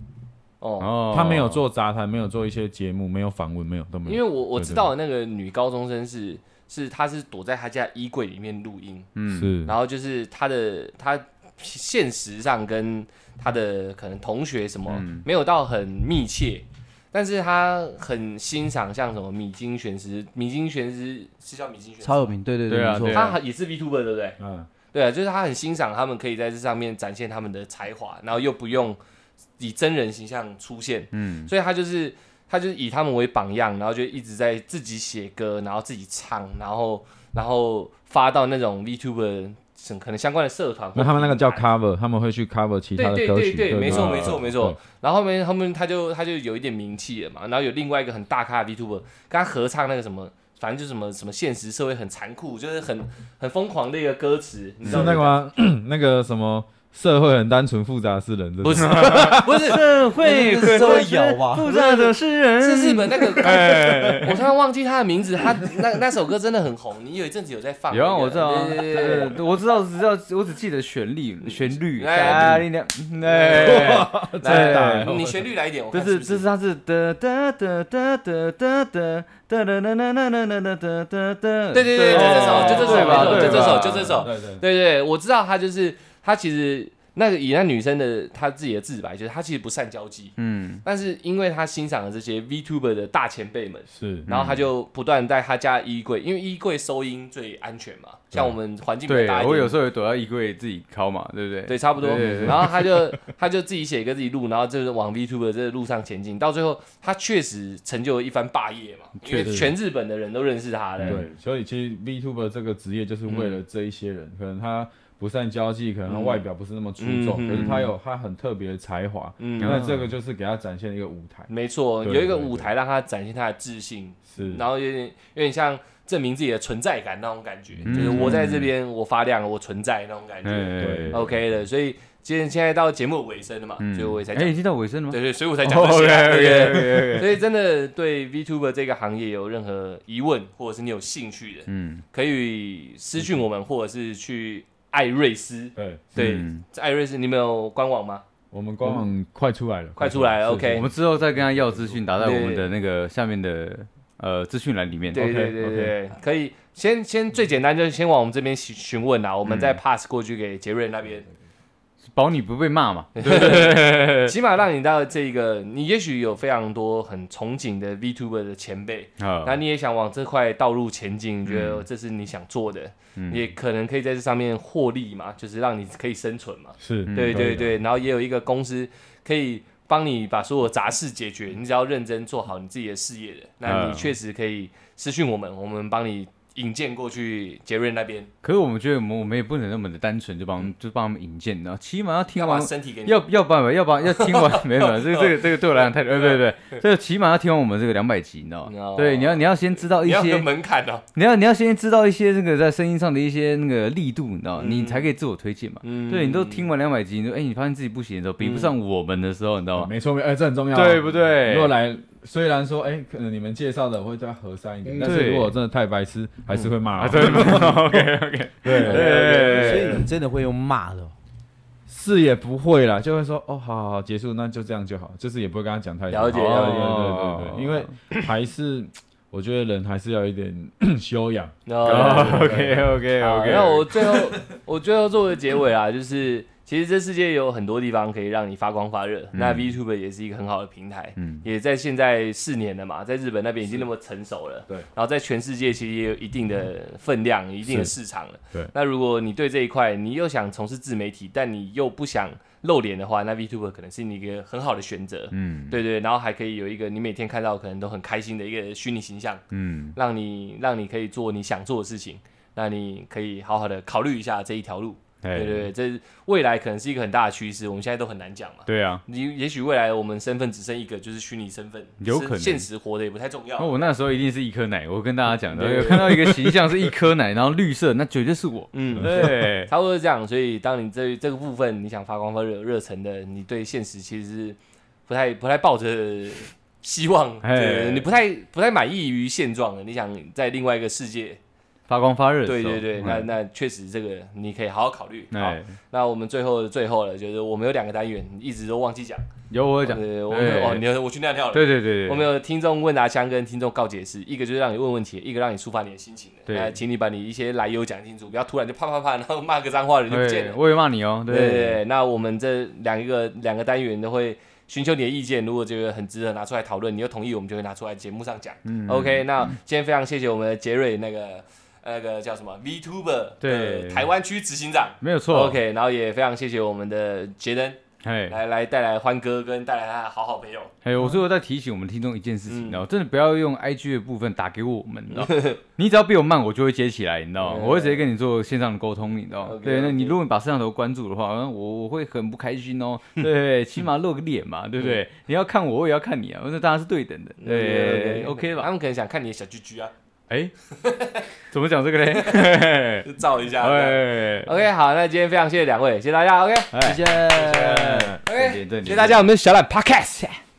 哦，哦，他没有做杂谈，没有做一些节目，没有访问，没有都因没为有。我我对知对道的那个女高中生是是她是躲在她家衣柜里面录音，嗯是嗯然后就是她的她现实上跟她的可能同学什么、嗯没有到很密切，但是她很欣赏像什么米津玄师，米津玄师是叫米津玄师吗，超有名，对对对啊没错对，啊她也是 VTuber 对不对？嗯，对啊，就是她很欣赏他们可以在这上面展现他们的才华，然后又不用以真人形象出现，嗯，所以他就是他就是以他们为榜样，然后就一直在自己写歌，然后自己唱，然后然后发到那种 VTuber 什可能相关的社团或那平台。他们那个叫 cover，他们会去 cover 其对他的对歌对曲，对，对，没错对没错没错。然后后面他们他就他就有一点名气了嘛，然后有另外一个很大咖的 VTuber 跟他合唱那个什么，反正就是什么什么现实社会很残酷，就是很很疯狂的一个歌词，你知是道那个吗？吗？ 那个什么社会很单纯，复杂是 人，真的不 是不是，社 会这是社会摇吧复杂的是人是日本那个， 我突然忘记他的名字，他那那首歌真的很红，你有一阵子有在放那个，有啊，我知道啊，对对对对对呃我知道，只知道，我只记得旋律，旋律，哎加力量，哎，来真大来哎你旋律来一点，我这看 是不这是他是哒哒哒哒哒哒哒哒哒哒哒哒哒哒哒哒哒哒，对对对，就这首，哦就这首，对吧没错就对这首，吧就这首，对对，对对，我知道他就是他其实那个以那女生的她自己的自白，就是她其实不善交际，嗯，但是因为她欣赏了这些 VTuber 的大前辈们。嗯是然后她就不断在她家衣柜，因为衣柜收音最安全嘛，像我们环境比较对啊大一点，我有时候也躲到衣柜自己敲嘛，对不对？对，差不多。对对对然后他就 他就自己写歌自己录，然后就是往 VTuber 这个路上前进。到最后，他确实成就了一番霸业嘛，因为确实全日本的人都认识他了。对，所以其实 VTuber 这个职业就是为嗯了这一些人，可能他不善交际，可能他外表不是那么出众，嗯嗯可是他有他很特别的才华，嗯，那这个就是给他展现一个舞台，没错，对有一个对对舞台让他展现他的自信，是然后有点有点像证明自己的存在感那种感觉，嗯就是我在这边我发亮了，我存在那种感觉。哎， OK 的，所以今天现在到节目的尾声了嘛，所以我也才讲哎，已，哦经到尾声了吗对对，所以我才讲这些啊。对对对 OK，所以真的对 VTuber 这个行业有任何疑问，或者是你有兴趣的，嗯，可以私讯我们，或者是去艾瑞斯。对，对嗯，艾瑞斯，你们有官网吗？我们官网快出来了，快出来了是，OK 我们之后再跟他要资讯，打在我们的那个下面的呃资讯栏里面。对 OK，对对对对，可以先先最简单就是先往我们这边询询问啊啦，我们再 pass 过去给杰瑞那边，保你不被骂嘛。起码让你到这个，你也许有非常多很憧憬的 VTuber 的前辈，啊那你也想往这块道路前进，你觉得这是你想做的，也可能可以在这上面获利嘛，就是让你可以生存嘛。是，嗯对可以对的，对，然后也有一个公司可以帮你把所有杂事解决，你只要认真做好你自己的事业的，那你确实可以私讯我们，我们帮你引荐过去杰瑞那边，可是我们觉得我们我们也不能那么的单纯，就帮就帮他们引荐，然后起码要嗯听要把完身体给你。要要不然要不然要听 完没有没有，这个这个这个对我来讲太呃对对对，这个起码要听完我们这个两百集，你知道哦吗？对，你要你要先知道一你要有些个，门槛哦，你要你要先知道一些这个在声音上的一些那个力度，你知道吗？嗯你才可以自我推荐嘛。嗯对你都听完两百集，你说哎，你发现自己不行的时候，比不上我们的时候，你知道吗？没错，没哎、这很重要，哦对不对如果来，虽然说哎、可能你们介绍的会对他和善一点，嗯但是对如果真的太白痴，还是会骂、啊，对 ，OK OK，对，对所以你真的会用骂的哦， 是也不会啦，就会说哦，好好好，结束，那就这样就好，就是也不会跟他讲太多。了解对了对解对对对，因为还是我觉得人还是要一点 修养。 那 OK OK 啊好 OK，那我最后 我最后作为结尾啊，就是其实这世界有很多地方可以让你发光发热，嗯那 VTuber 也是一个很好的平台，嗯也在现在四年了嘛，在日本那边已经那么成熟了，对嗯然后在全世界其实也有一定的分量、一定的市场了，对那如果你对这一块你又想从事自媒体，但你又不想露脸的话，那 VTuber 可能是你一个很好的选择，嗯对对，然后还可以有一个你每天看到可能都很开心的一个虚拟形象。嗯让你让你可以做你想做的事情，那你可以好好的考虑一下这一条路。哎对对对，这是未来可能是一个很大的趋势，我们现在都很难讲嘛。对啊。你也许未来我们身份只剩一个，就是虚拟身份，有可能哦现实活的也不太重要。那我那时候一定是一颗奶，我跟大家讲的，对有看到一个形象是一颗奶，然后绿色，那绝对是我。嗯，对，差不多是这样。所以当你这这个部分你想发光发热热忱的，你对现实其实是不太不太抱着希望，哎对你不太不太满意于现状的，你想在另外一个世界。 发光发热的对时候。对对，那嗯那确实这个你可以好好考虑。好哎，，那我们最后的最后了，就是我们有两个单元一直都忘记讲。有我有讲，对，对我们哦，你我去尿尿了。对对对我对们有听众问答箱跟听众告解释，一个就是让你问问题，一个让你抒发你的心情的。对那请你把你一些来由讲清楚，不要突然就啪啪啪，然后骂个脏话人就不见对，了。我也骂你哦，对对对，那我们这两个两个单元都会寻求你的意见，如果觉得很值得拿出来讨论，你又同意，我们就会拿出来节目上讲。OK，那嗯今天非常谢谢我们的杰瑞那个那个叫什么 VTuber 对的台湾区执行长。没有错。 OK，然后也非常谢谢我们的杰登哎来来带来欢哥跟带来他的好好朋友。哎，我最后再提醒我们听众一件事情，嗯然后真的不要用 IG 的部分打给我们，你知道， 你只要比我慢，我就会接起来，你知道吗，对我会直接跟你做线上的沟通，你知道吗。嗯 OK，对，那 OK 你如果你把摄像头关住的话，嗯我我会很不开 心哦。对，起码露个脸嘛，对不嗯对？你要看我，我也要看你啊，那大家是对等的，对，OK 吧他？们可能想看你的小居居啊，哎，怎么讲这个嘞？ 就照一下。哎， OK，好，那今天非常谢谢两位，谢谢大家。OK，OK，、哎谢再谢。见再见谢谢大家，我们是小懒 Podcast。